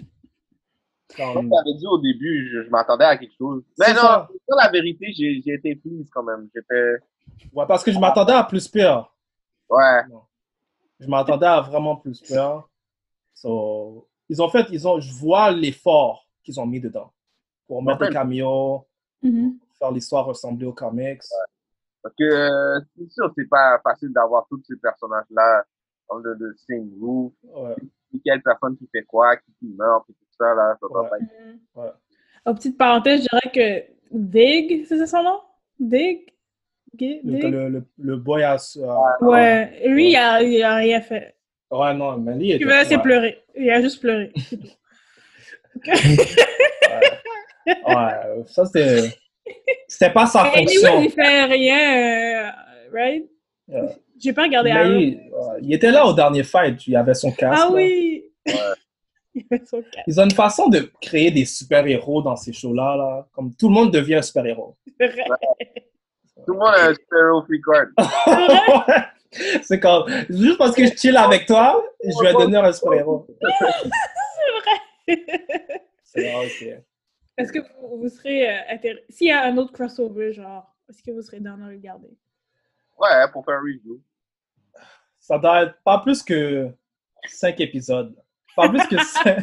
Speaker 2: Comme,
Speaker 1: tu avais dit au début, je, je m'attendais à quelque chose. Mais
Speaker 2: Euh, C'est
Speaker 1: non,
Speaker 2: ça.
Speaker 1: dans la vérité, j'ai j'ai été prise quand même. J'étais.
Speaker 2: ouais, parce que je m'attendais à plus pire.
Speaker 1: Ouais.
Speaker 2: Je m'attendais à vraiment plus pire. So, ils ont fait, ils ont, je vois l'effort qu'ils ont mis dedans. Pour mettre
Speaker 1: Ouais.
Speaker 2: les caméos,
Speaker 3: Mhm.
Speaker 2: faire l'histoire ressembler aux comics.
Speaker 1: Parce que euh, c'est sûr, c'est pas facile d'avoir tous ces personnages-là dans le, le same roof.
Speaker 2: Ouais.
Speaker 1: Puis quelle personne qui fait quoi, qui, qui meurt, puis tout ça, là. Ça doit
Speaker 2: Ouais.
Speaker 1: pas être-
Speaker 3: Mhm.
Speaker 2: Ouais.
Speaker 3: En petite parenthèse, je dirais que Dig, c'est ça son nom? Dig? Gi-
Speaker 2: Le, Ah.
Speaker 3: Dig?
Speaker 2: le, le, le boy à. euh,
Speaker 3: Ouais, lui, il a, il a rien fait.
Speaker 2: Ouais, non, mais lui, il
Speaker 3: Il
Speaker 2: était-
Speaker 3: veut, c'est
Speaker 2: ouais.
Speaker 3: pleurer. Il a juste pleuré. c'est tout.
Speaker 2: Ouais, ça c'était. C'était pas sa
Speaker 3: Et
Speaker 2: fonction.
Speaker 3: anyway, il fait rien, euh, right?
Speaker 2: Ouais.
Speaker 3: J'ai pas regardé
Speaker 2: Mais
Speaker 3: Arrow.
Speaker 2: il, ouais, il était là au dernier fight, il avait son casque.
Speaker 3: Ah
Speaker 2: là.
Speaker 3: oui! Il fait son casque.
Speaker 2: Ils ont une façon de créer des super-héros dans ces shows-là, là. Comme tout le monde devient un super-héros.
Speaker 3: C'est vrai.
Speaker 1: Tout le monde a un super free card.
Speaker 2: c'est comme, juste parce que je chill avec toi, je vais devenir un super-héros. C'est vrai, ok.
Speaker 3: Est-ce que vous, vous serez euh, intér- S'il y a un autre crossover, genre, est-ce que vous serez dans le regarder?
Speaker 1: Ouais, pour faire un review.
Speaker 2: Ça doit être pas plus que 5 épisodes. Pas plus que 5,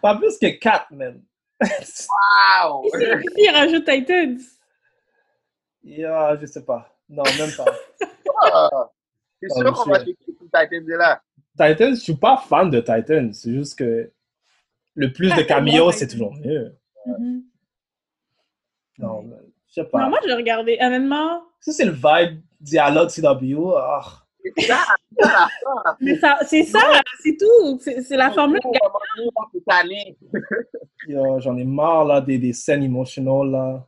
Speaker 2: pas plus que 4, même.
Speaker 1: Wow!
Speaker 3: Et si, si il rajoute Titans?
Speaker 2: Yeah, je sais pas. Non, même pas.
Speaker 1: Ah! C'est
Speaker 2: Oh,
Speaker 1: sûr qu'on va
Speaker 2: monsieur.
Speaker 1: checker tout Titan de là.
Speaker 2: Titans, je suis pas fan de Titans. C'est juste que le plus
Speaker 3: Ah,
Speaker 2: de
Speaker 3: c'est
Speaker 2: cameos,
Speaker 3: bon,
Speaker 2: c'est
Speaker 3: Titans.
Speaker 2: toujours mieux.
Speaker 3: Mhm.
Speaker 2: Non,
Speaker 3: Ouais.
Speaker 2: mais je sais pas.
Speaker 3: Non, moi, je l'ai regardé. Honnêtement,
Speaker 2: Si c'est le vibe dialogue CW, ah,
Speaker 1: C'est ça, c'est ça, ça.
Speaker 3: mais ça- c'est ça, c'est tout. C'est c'est
Speaker 2: Ah,
Speaker 3: la formule.
Speaker 1: On va manger dans cette année.
Speaker 2: yo, j'en ai marre là, des, des scènes émotionnelles là.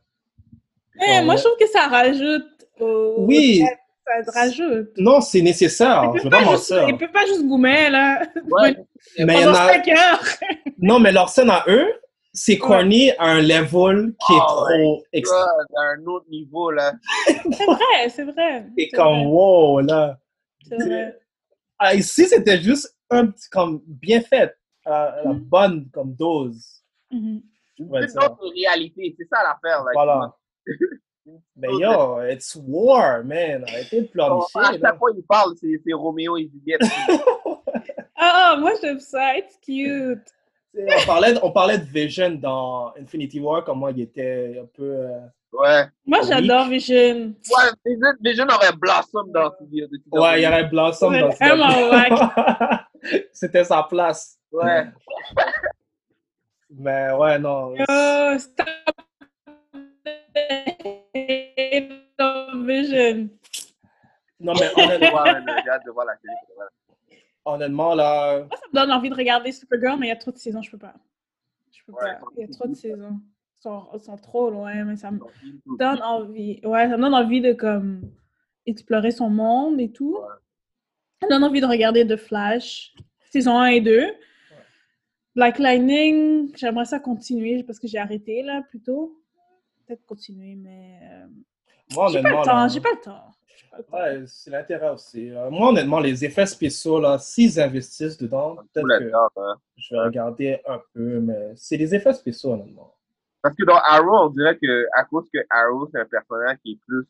Speaker 3: Eh, moi, je trouve que ça rajoute. au-
Speaker 2: Oui,
Speaker 3: Ça rajoute.
Speaker 2: non, c'est nécessaire.
Speaker 3: Il
Speaker 2: Je vais
Speaker 3: peut
Speaker 2: pas
Speaker 3: pas juste-
Speaker 2: mentir.
Speaker 3: il peut pas juste goumer, là.
Speaker 1: Ouais.
Speaker 2: Mais il y en
Speaker 3: Pendant
Speaker 2: a...
Speaker 3: 5 heures.
Speaker 2: Non, mais leur scène à eux, c'est corny à un level qui est
Speaker 1: Oh,
Speaker 2: trop extrême.
Speaker 1: Ça, c'est un autre niveau, là.
Speaker 3: C'est vrai, c'est vrai.
Speaker 2: C'est comme wow là.
Speaker 3: C'est vrai.
Speaker 2: Ah, ici, c'était juste un petit comme bien fait, à la, à la
Speaker 3: Mhm.
Speaker 2: bonne comme dose.
Speaker 3: Mhm.
Speaker 2: Je vais
Speaker 1: C'est
Speaker 2: dire
Speaker 1: une
Speaker 2: ça.
Speaker 1: autre réalité. C'est ça l'affaire, là.
Speaker 2: Voilà. Mais yo, it's war, man. Arrêtez de
Speaker 1: Oh, à
Speaker 2: pleurnicher.
Speaker 1: chaque
Speaker 2: là.
Speaker 1: fois qu'il parle, c'est c'est Roméo et Juliette.
Speaker 3: Ah, ah, moi, j'aime ça. It's cute.
Speaker 2: On parlait, de- on parlait de Vision dans Infinity War, comment il était un peu. euh,
Speaker 1: Ouais.
Speaker 3: Moi,
Speaker 2: Oui.
Speaker 3: j'adore Vision.
Speaker 1: Ouais, les jeunes- les jeunes auraient Blossom dans ce vidéo.
Speaker 2: Ouais, il y aurait Blossom
Speaker 3: Ouais,
Speaker 2: dans ce
Speaker 3: vraiment,
Speaker 2: C'était sa place.
Speaker 1: Ouais.
Speaker 2: Mais ouais, non.
Speaker 3: Oh, stop. Love Vision.
Speaker 2: Non, mais honnêtement,
Speaker 1: Ouais, mais J'ai hâte de voir la série. pour de vrai.
Speaker 2: honnêtement, là.
Speaker 3: Moi, ça me donne envie de regarder Supergirl, mais il y a trop de saisons, je peux pas. Je peux
Speaker 1: Ouais.
Speaker 3: pas. Il y a trop de saisons. Ils sont, ils sont trop loin, mais ça me donne envie. Ouais, ça me donne envie de comme explorer son monde et tout.
Speaker 1: Ouais.
Speaker 3: Ça me donne envie de regarder The Flash, saison 1 et 2. Black Lightning, j'aimerais ça continuer parce que j'ai arrêté là plutôt. peut-être continuer, mais euh,
Speaker 2: Moi,
Speaker 3: j'ai pas
Speaker 2: honnêtement,
Speaker 3: le temps,
Speaker 2: là,
Speaker 3: j'ai pas le temps. J'ai pas le temps.
Speaker 2: ouais, c'est l'intérêt aussi. Euh, Moi, honnêtement, les effets spéciaux, là, s'ils investissent dedans,
Speaker 1: Tout
Speaker 2: peut-être que
Speaker 1: là-dedans, hein.
Speaker 2: je vais regarder un peu, mais c'est les effets spéciaux, honnêtement.
Speaker 1: Parce que dans Arrow, on dirait que à cause que Arrow, c'est un personnage qui est plus.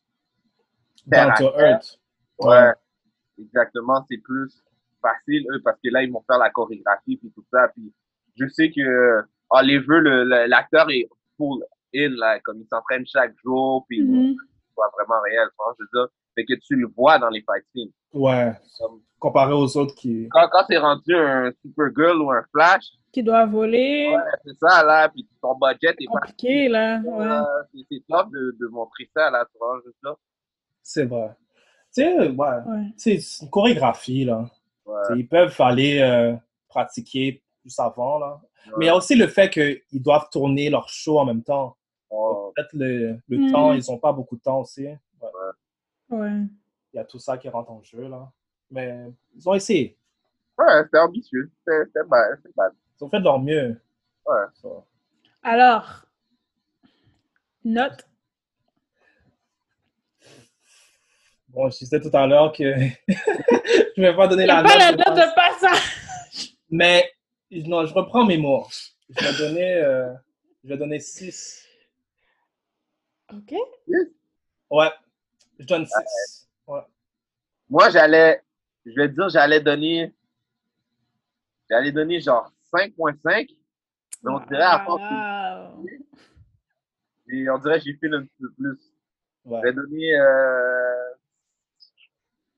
Speaker 2: Down
Speaker 1: Terre à
Speaker 2: to
Speaker 1: terre.
Speaker 2: Earth.
Speaker 1: Ben, Ouais.
Speaker 2: Ouais.
Speaker 1: Exactement, c'est plus facile, eux, parce que là, ils vont faire la chorégraphie puis tout ça. Puis je sais que Oliver, le- le- l'acteur est full in, là, comme il s'entraîne chaque jour, puis
Speaker 3: Mhm.
Speaker 1: il voit vraiment réel, tu vois, je veux dire. Fait que tu le vois dans les fight scenes.
Speaker 2: Ouais.
Speaker 1: Comme-
Speaker 2: Comparé aux autres qui.
Speaker 1: Quand, quand t'es rendu un Supergirl ou un Flash,
Speaker 3: Qui doit voler,
Speaker 1: ouais, c'est ça, là, puis ton budget est pas...
Speaker 3: compliqué, là. Ouais.
Speaker 1: Euh, c'est- C'est top de, de montrer ça, là, tu vois, juste là.
Speaker 2: C'est vrai. Tu sais, ouais.
Speaker 3: ouais.
Speaker 2: Tu sais, c'est une chorégraphie, là.
Speaker 1: Ouais.
Speaker 2: Tu sais, Ils peuvent aller euh, pratiquer plus avant, là. Mais il y a
Speaker 1: Ouais.
Speaker 2: aussi le fait qu'ils doivent tourner leur show en même temps.
Speaker 1: Oh,
Speaker 2: Peut-être le, le
Speaker 3: Hmm.
Speaker 2: temps, ils n'ont pas beaucoup de temps aussi. Ouais.
Speaker 3: ouais.
Speaker 2: Il y a tout ça qui rentre en jeu, là. Mais ils ont essayé.
Speaker 1: ouais, c'était ambitieux, c'était c'était bad, c'était bad.
Speaker 2: Ils ont fait de leur mieux.
Speaker 1: Ouais.
Speaker 2: Ça.
Speaker 3: Alors, note.
Speaker 2: Bon, je disais tout à l'heure que je ne vais pas donner
Speaker 3: Il
Speaker 2: la
Speaker 3: a pas la
Speaker 2: je pense.
Speaker 3: note de passage.
Speaker 2: Mais non, je reprends mes mots. Je vais donner, euh, je vais donner 6.
Speaker 3: OK.
Speaker 2: Ouais, je donne 6. Ouais.
Speaker 1: Moi, j'allais, je vais te dire, j'allais donner, j'allais donner genre 5.5. Mais on dirait, à force
Speaker 3: Wow.
Speaker 1: que- et on dirait, que j'ai fait un petit peu plus. Je vais
Speaker 2: ouais.
Speaker 1: donner, euh,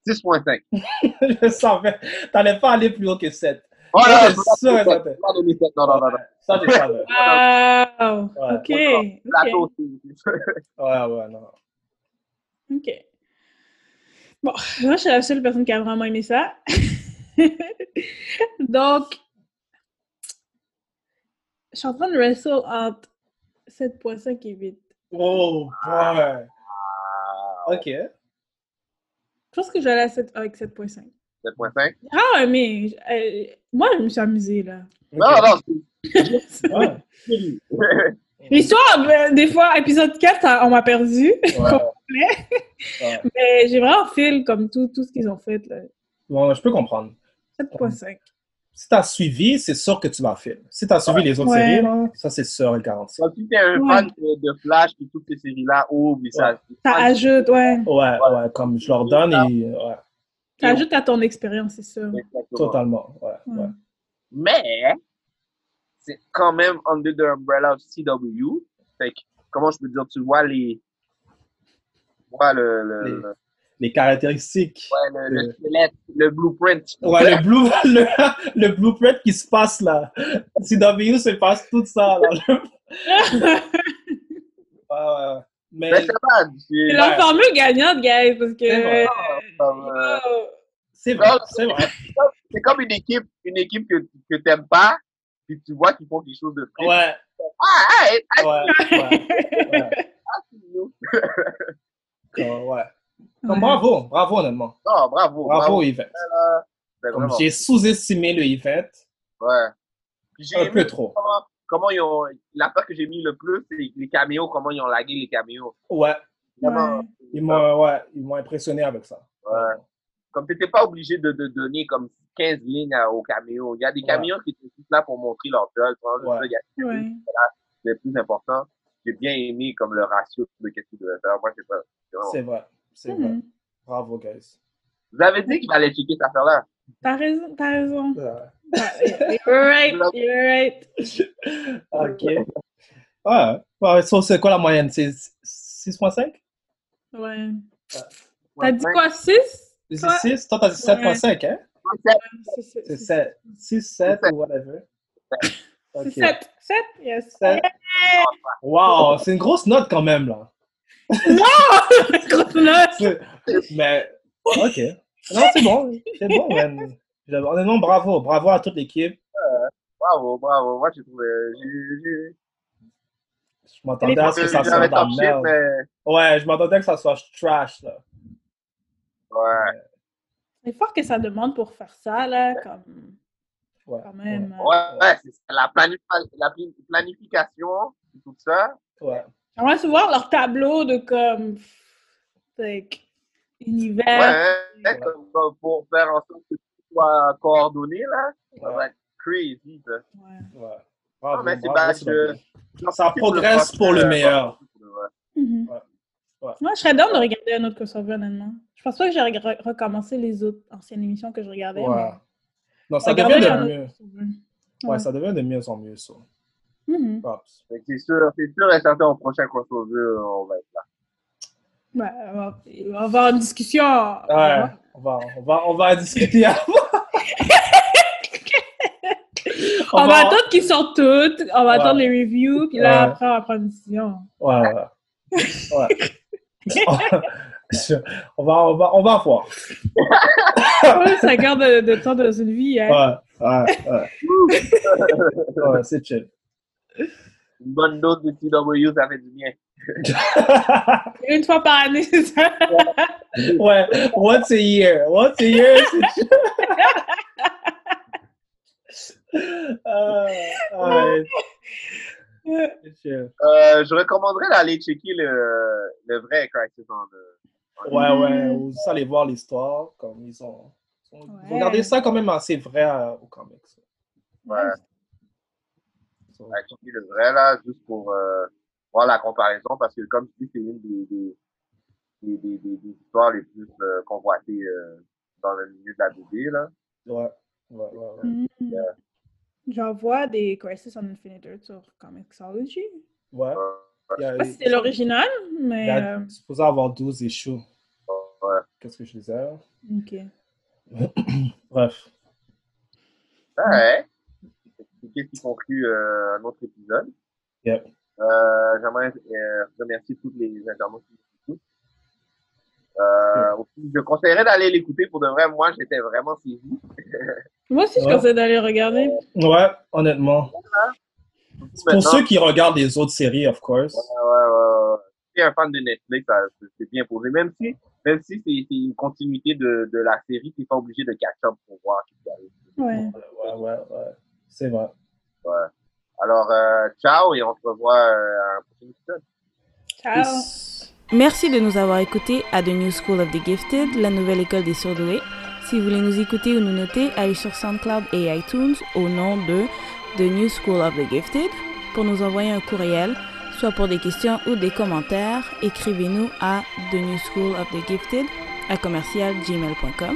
Speaker 1: 6.5.
Speaker 2: je savais. T'allais pas aller plus haut que 7.
Speaker 1: Oh
Speaker 2: Ouais,
Speaker 1: là,
Speaker 2: c'est
Speaker 1: je vais
Speaker 2: sûr, ça fait-
Speaker 1: pas donner sept, je vais pas donner sept. Non, non, non, non.
Speaker 2: Ça, je savais.
Speaker 3: Wow.
Speaker 2: Ouais.
Speaker 3: OK.
Speaker 1: Plateau,
Speaker 3: OK.
Speaker 1: c'est-
Speaker 2: Ouais, ouais, non.
Speaker 3: OK. Bon, moi, je suis la seule personne qui a vraiment aimé ça. Donc, je suis en train de wrestle entre 7.5 et 8.
Speaker 2: Oh, boy. Ok.
Speaker 3: Je pense que je vais aller à 7 avec 7.5.
Speaker 1: 7.5.
Speaker 3: Ah, mais euh, moi, je me suis amusée, là.
Speaker 1: Non, non, c'est
Speaker 2: Ouais.
Speaker 3: L'histoire, ben, des fois, épisode 4, ça- on m'a perdu. Mais j'ai vraiment fil comme tout, tout ce qu'ils ont fait, là.
Speaker 2: Bon, je peux comprendre.
Speaker 3: 7.5.
Speaker 2: Si t'as suivi, c'est sûr que tu vas faire. Si t'as suivi les autres
Speaker 3: Ouais.
Speaker 2: séries, là, ça, c'est sûr et garanti.
Speaker 1: Comme si t'es un
Speaker 3: Ouais.
Speaker 1: fan de, de Flash et toutes ces séries-là, oh, oublie ça.
Speaker 3: Ça ajoute, ouais.
Speaker 2: Ouais, ouais, comme je leur donne, et, ouais,
Speaker 3: Ça ajoute à ton expérience, c'est sûr.
Speaker 1: Exactement.
Speaker 2: totalement. Ouais, ouais.
Speaker 3: Ouais.
Speaker 1: Mais c'est quand même under the umbrella of CW. Fait que, comment je peux dire, tu vois les. Tu vois le, le,
Speaker 2: Les-
Speaker 1: le-
Speaker 2: Les caractéristiques.
Speaker 1: ouais, le, le
Speaker 2: euh,
Speaker 1: squelette, le blueprint.
Speaker 2: Ouais, le, blue, le, le blueprint qui se passe là. CW se passe tout ça. Là. Ouais, ouais. mais
Speaker 1: Mais ça va.
Speaker 3: C'est
Speaker 1: c'est-
Speaker 3: la formule gagnante, guys, parce
Speaker 2: C'est
Speaker 3: que.
Speaker 2: vrai.
Speaker 1: comme, euh,
Speaker 3: Oh.
Speaker 2: c'est vrai, c'est vrai.
Speaker 1: C'est comme une équipe, une équipe que, que t'aimes pas, puis tu vois qu'ils font quelque chose de fou.
Speaker 2: Ouais,
Speaker 1: Ah, ah, ah,
Speaker 2: ouais, ouais. ouais.
Speaker 1: Non,
Speaker 2: Comme, ouais. Comme, bravo, bravo honnêtement.
Speaker 1: bravo.
Speaker 2: Bravo Yvette.
Speaker 1: c'est
Speaker 2: Comme
Speaker 1: vraiment-
Speaker 2: j'ai sous-estimé le Yvette
Speaker 1: Ouais. Puis j'ai
Speaker 2: un
Speaker 1: aimé
Speaker 2: peu trop.
Speaker 1: comment, comment ils ont. L'affaire que j'ai mis le plus, c'est les, les caméos, comment ils ont lagué les caméos.
Speaker 2: Ouais,
Speaker 1: Vraiment.
Speaker 3: Ouais.
Speaker 2: ils m'ont ouais, ils m'ont impressionné avec ça.
Speaker 1: Ouais. Comme tu n'étais pas obligé de, de donner comme 15 lignes à- aux caméos. Il y a des
Speaker 2: Ouais.
Speaker 1: caméos qui étaient juste là pour montrer leur gueule. tu vois, je veux
Speaker 2: Ouais.
Speaker 1: dire, Il y a
Speaker 3: Ouais.
Speaker 1: des plus important. J'ai bien aimé comme le ratio de qu'est-ce qu'ils devaient faire. Moi, je sais pas. c'est vraiment-
Speaker 2: C'est vrai, c'est vrai.
Speaker 3: Mhm.
Speaker 2: Bravo guys.
Speaker 1: Vous avez dit qu'il fallait checker cette affaire-là.
Speaker 3: T'as raison, t'as raison.
Speaker 2: Ouais.
Speaker 3: Ouais, You're right, you're right.
Speaker 2: Ok. Ouais. ouais so, c'est quoi la moyenne? C'est 6.5?
Speaker 3: Ouais.
Speaker 1: Ouais,
Speaker 3: T'as dit
Speaker 1: ouais.
Speaker 3: quoi, 6?
Speaker 2: C'est 6? Toi, t'as dit 7.5, hein? C'est 7. 6, 7
Speaker 1: C'est
Speaker 2: ou whatever.
Speaker 3: C'est
Speaker 2: Ok.
Speaker 3: 7. 7? Yes.
Speaker 2: Sept. Wow, c'est une grosse note quand même, là.
Speaker 3: Grosse note.
Speaker 2: C'est- Mais, ok. Non, c'est bon. C'est bon, man. J'avais- Honnêtement, bravo. Bravo à toute l'équipe.
Speaker 1: Bravo, bravo. Moi, j'ai trouvé. j'ai- j'ai-
Speaker 2: Je m'attendais à ce que ça soit
Speaker 1: J'avais
Speaker 2: de la
Speaker 1: top shit,
Speaker 2: merde.
Speaker 1: mais.
Speaker 2: Ouais, je m'attendais que ça soit trash, là.
Speaker 1: Ouais.
Speaker 3: C'est fort que ça demande pour faire ça, là, comme...
Speaker 2: Ouais.
Speaker 3: quand même.
Speaker 1: Ouais, ouais, c'est ça. La, planif- la pli- planification, tout ça.
Speaker 2: Ouais.
Speaker 3: On va souvent leur tableau de comme. Like,
Speaker 2: Euh,
Speaker 1: Ouais,
Speaker 3: univers.
Speaker 1: hein, hein, comme ça, pour faire en sorte que tout soit coordonné, là, ça va être crazy, ça.
Speaker 3: Ouais.
Speaker 2: Ouais.
Speaker 1: Non, mais Ah, ben, c'est
Speaker 2: bravo,
Speaker 1: pas
Speaker 2: c'est
Speaker 1: que-
Speaker 2: bien. Ça progresse pour le meilleur.
Speaker 1: Ouais.
Speaker 3: Mhm.
Speaker 2: Ouais. Ouais.
Speaker 3: Moi, je serais down de regarder un autre crossover, honnêtement. Je pense pas que j'ai re- recommencé les autres anciennes émissions que je regardais.
Speaker 2: Ouais.
Speaker 3: mais-
Speaker 2: Non, ça
Speaker 3: Regardez
Speaker 2: devient
Speaker 3: un
Speaker 2: de
Speaker 3: autre
Speaker 2: mieux.
Speaker 3: crossover.
Speaker 2: Ouais, ça devient de mieux en mieux, ça.
Speaker 3: Mhm.
Speaker 2: Props.
Speaker 1: Fait que C'est sûr, c'est sûr et certain, au prochain crossover, on va être là.
Speaker 3: Ouais, Ben, on va- on va avoir une discussion. Ah, ben,
Speaker 2: Ouais, on va, on va, on va discuter avant.
Speaker 3: On, va attendre qu'ils sortent toutes, on va
Speaker 2: Ouais.
Speaker 3: attendre les reviews, puis là,
Speaker 2: Ouais.
Speaker 3: après, on va prendre une décision.
Speaker 2: Ouais, ouais. ouais. Je- on, va, on, va, on va voir.
Speaker 3: Ouais, ça garde de, de temps dans une vie. hein.
Speaker 2: Ouais, ouais, ouais. ouais c'est chill.
Speaker 1: Une bonne dose de TW, ça fait du bien.
Speaker 3: Une fois par année, c'est ça.
Speaker 2: ouais, once a year. Once a year, c'est chill. Ah, ouais,
Speaker 3: Ouais.
Speaker 2: c'est chill.
Speaker 1: Euh, je recommanderais d'aller checker le, le vrai Crisis on euh,
Speaker 2: Ouais, ouais, vous allez voir l'histoire, comme ils ont. ils ont- Ils ont gardé
Speaker 3: Mm-hmm. Ouais.
Speaker 2: ça quand même assez vrai euh, au comics.
Speaker 1: Ouais.
Speaker 2: So,
Speaker 1: à checker le vrai, là, juste pour euh, voir la comparaison, parce que comme je dis, c'est une des, des, des, des, des- des histoires les plus euh, convoitées euh, dans le milieu de la BD, là.
Speaker 2: ouais, ouais, ouais, ouais.
Speaker 3: Mhm. J'en vois des Crisis on Infinite Earth sur Comixology.
Speaker 2: Ouais. Il y a-
Speaker 3: Je sais pas si c'est l'original,
Speaker 2: il
Speaker 3: mais.
Speaker 2: y a-
Speaker 3: euh,
Speaker 2: c'est supposé avoir 12 échos.
Speaker 1: Ouais.
Speaker 2: Qu'est-ce que je disais?
Speaker 3: ok.
Speaker 2: Bref.
Speaker 1: Ben,
Speaker 2: Mm.
Speaker 1: Ouais. C'est Qu'est-ce qui conclut euh, notre épisode.
Speaker 2: Yep.
Speaker 1: Euh, J'aimerais euh, remercier tous les internautes qui nous écoutent. Euh, aussi, Je conseillerais d'aller l'écouter. Pour de vrai, moi, j'étais vraiment saisi.
Speaker 3: Moi aussi, je
Speaker 2: Ouais.
Speaker 3: conseille d'aller regarder.
Speaker 2: Ouais, honnêtement. Pour ceux qui regardent les autres séries, of course.
Speaker 1: si un fan de Netflix, ça, c'est- c'est bien posé. Même si, même si c'est c'est une continuité de, de la série, t'es pas obligé de catch up pour voir ce qui arrive.
Speaker 3: Ouais.
Speaker 2: Ouais, ouais, ouais. C'est vrai.
Speaker 1: Ouais. Alors, euh, ciao et on se revoit euh, à un prochain épisode.
Speaker 3: Ciao.
Speaker 4: Merci de nous avoir écoutés à The New School of the Gifted, la nouvelle école des surdoués. Si vous voulez nous écouter ou nous noter, allez sur SoundCloud et iTunes au nom de The New School of the Gifted pour nous envoyer un courriel, soit pour des questions ou des commentaires. Écrivez-nous à The New School of the Gifted à commercialgmail.com.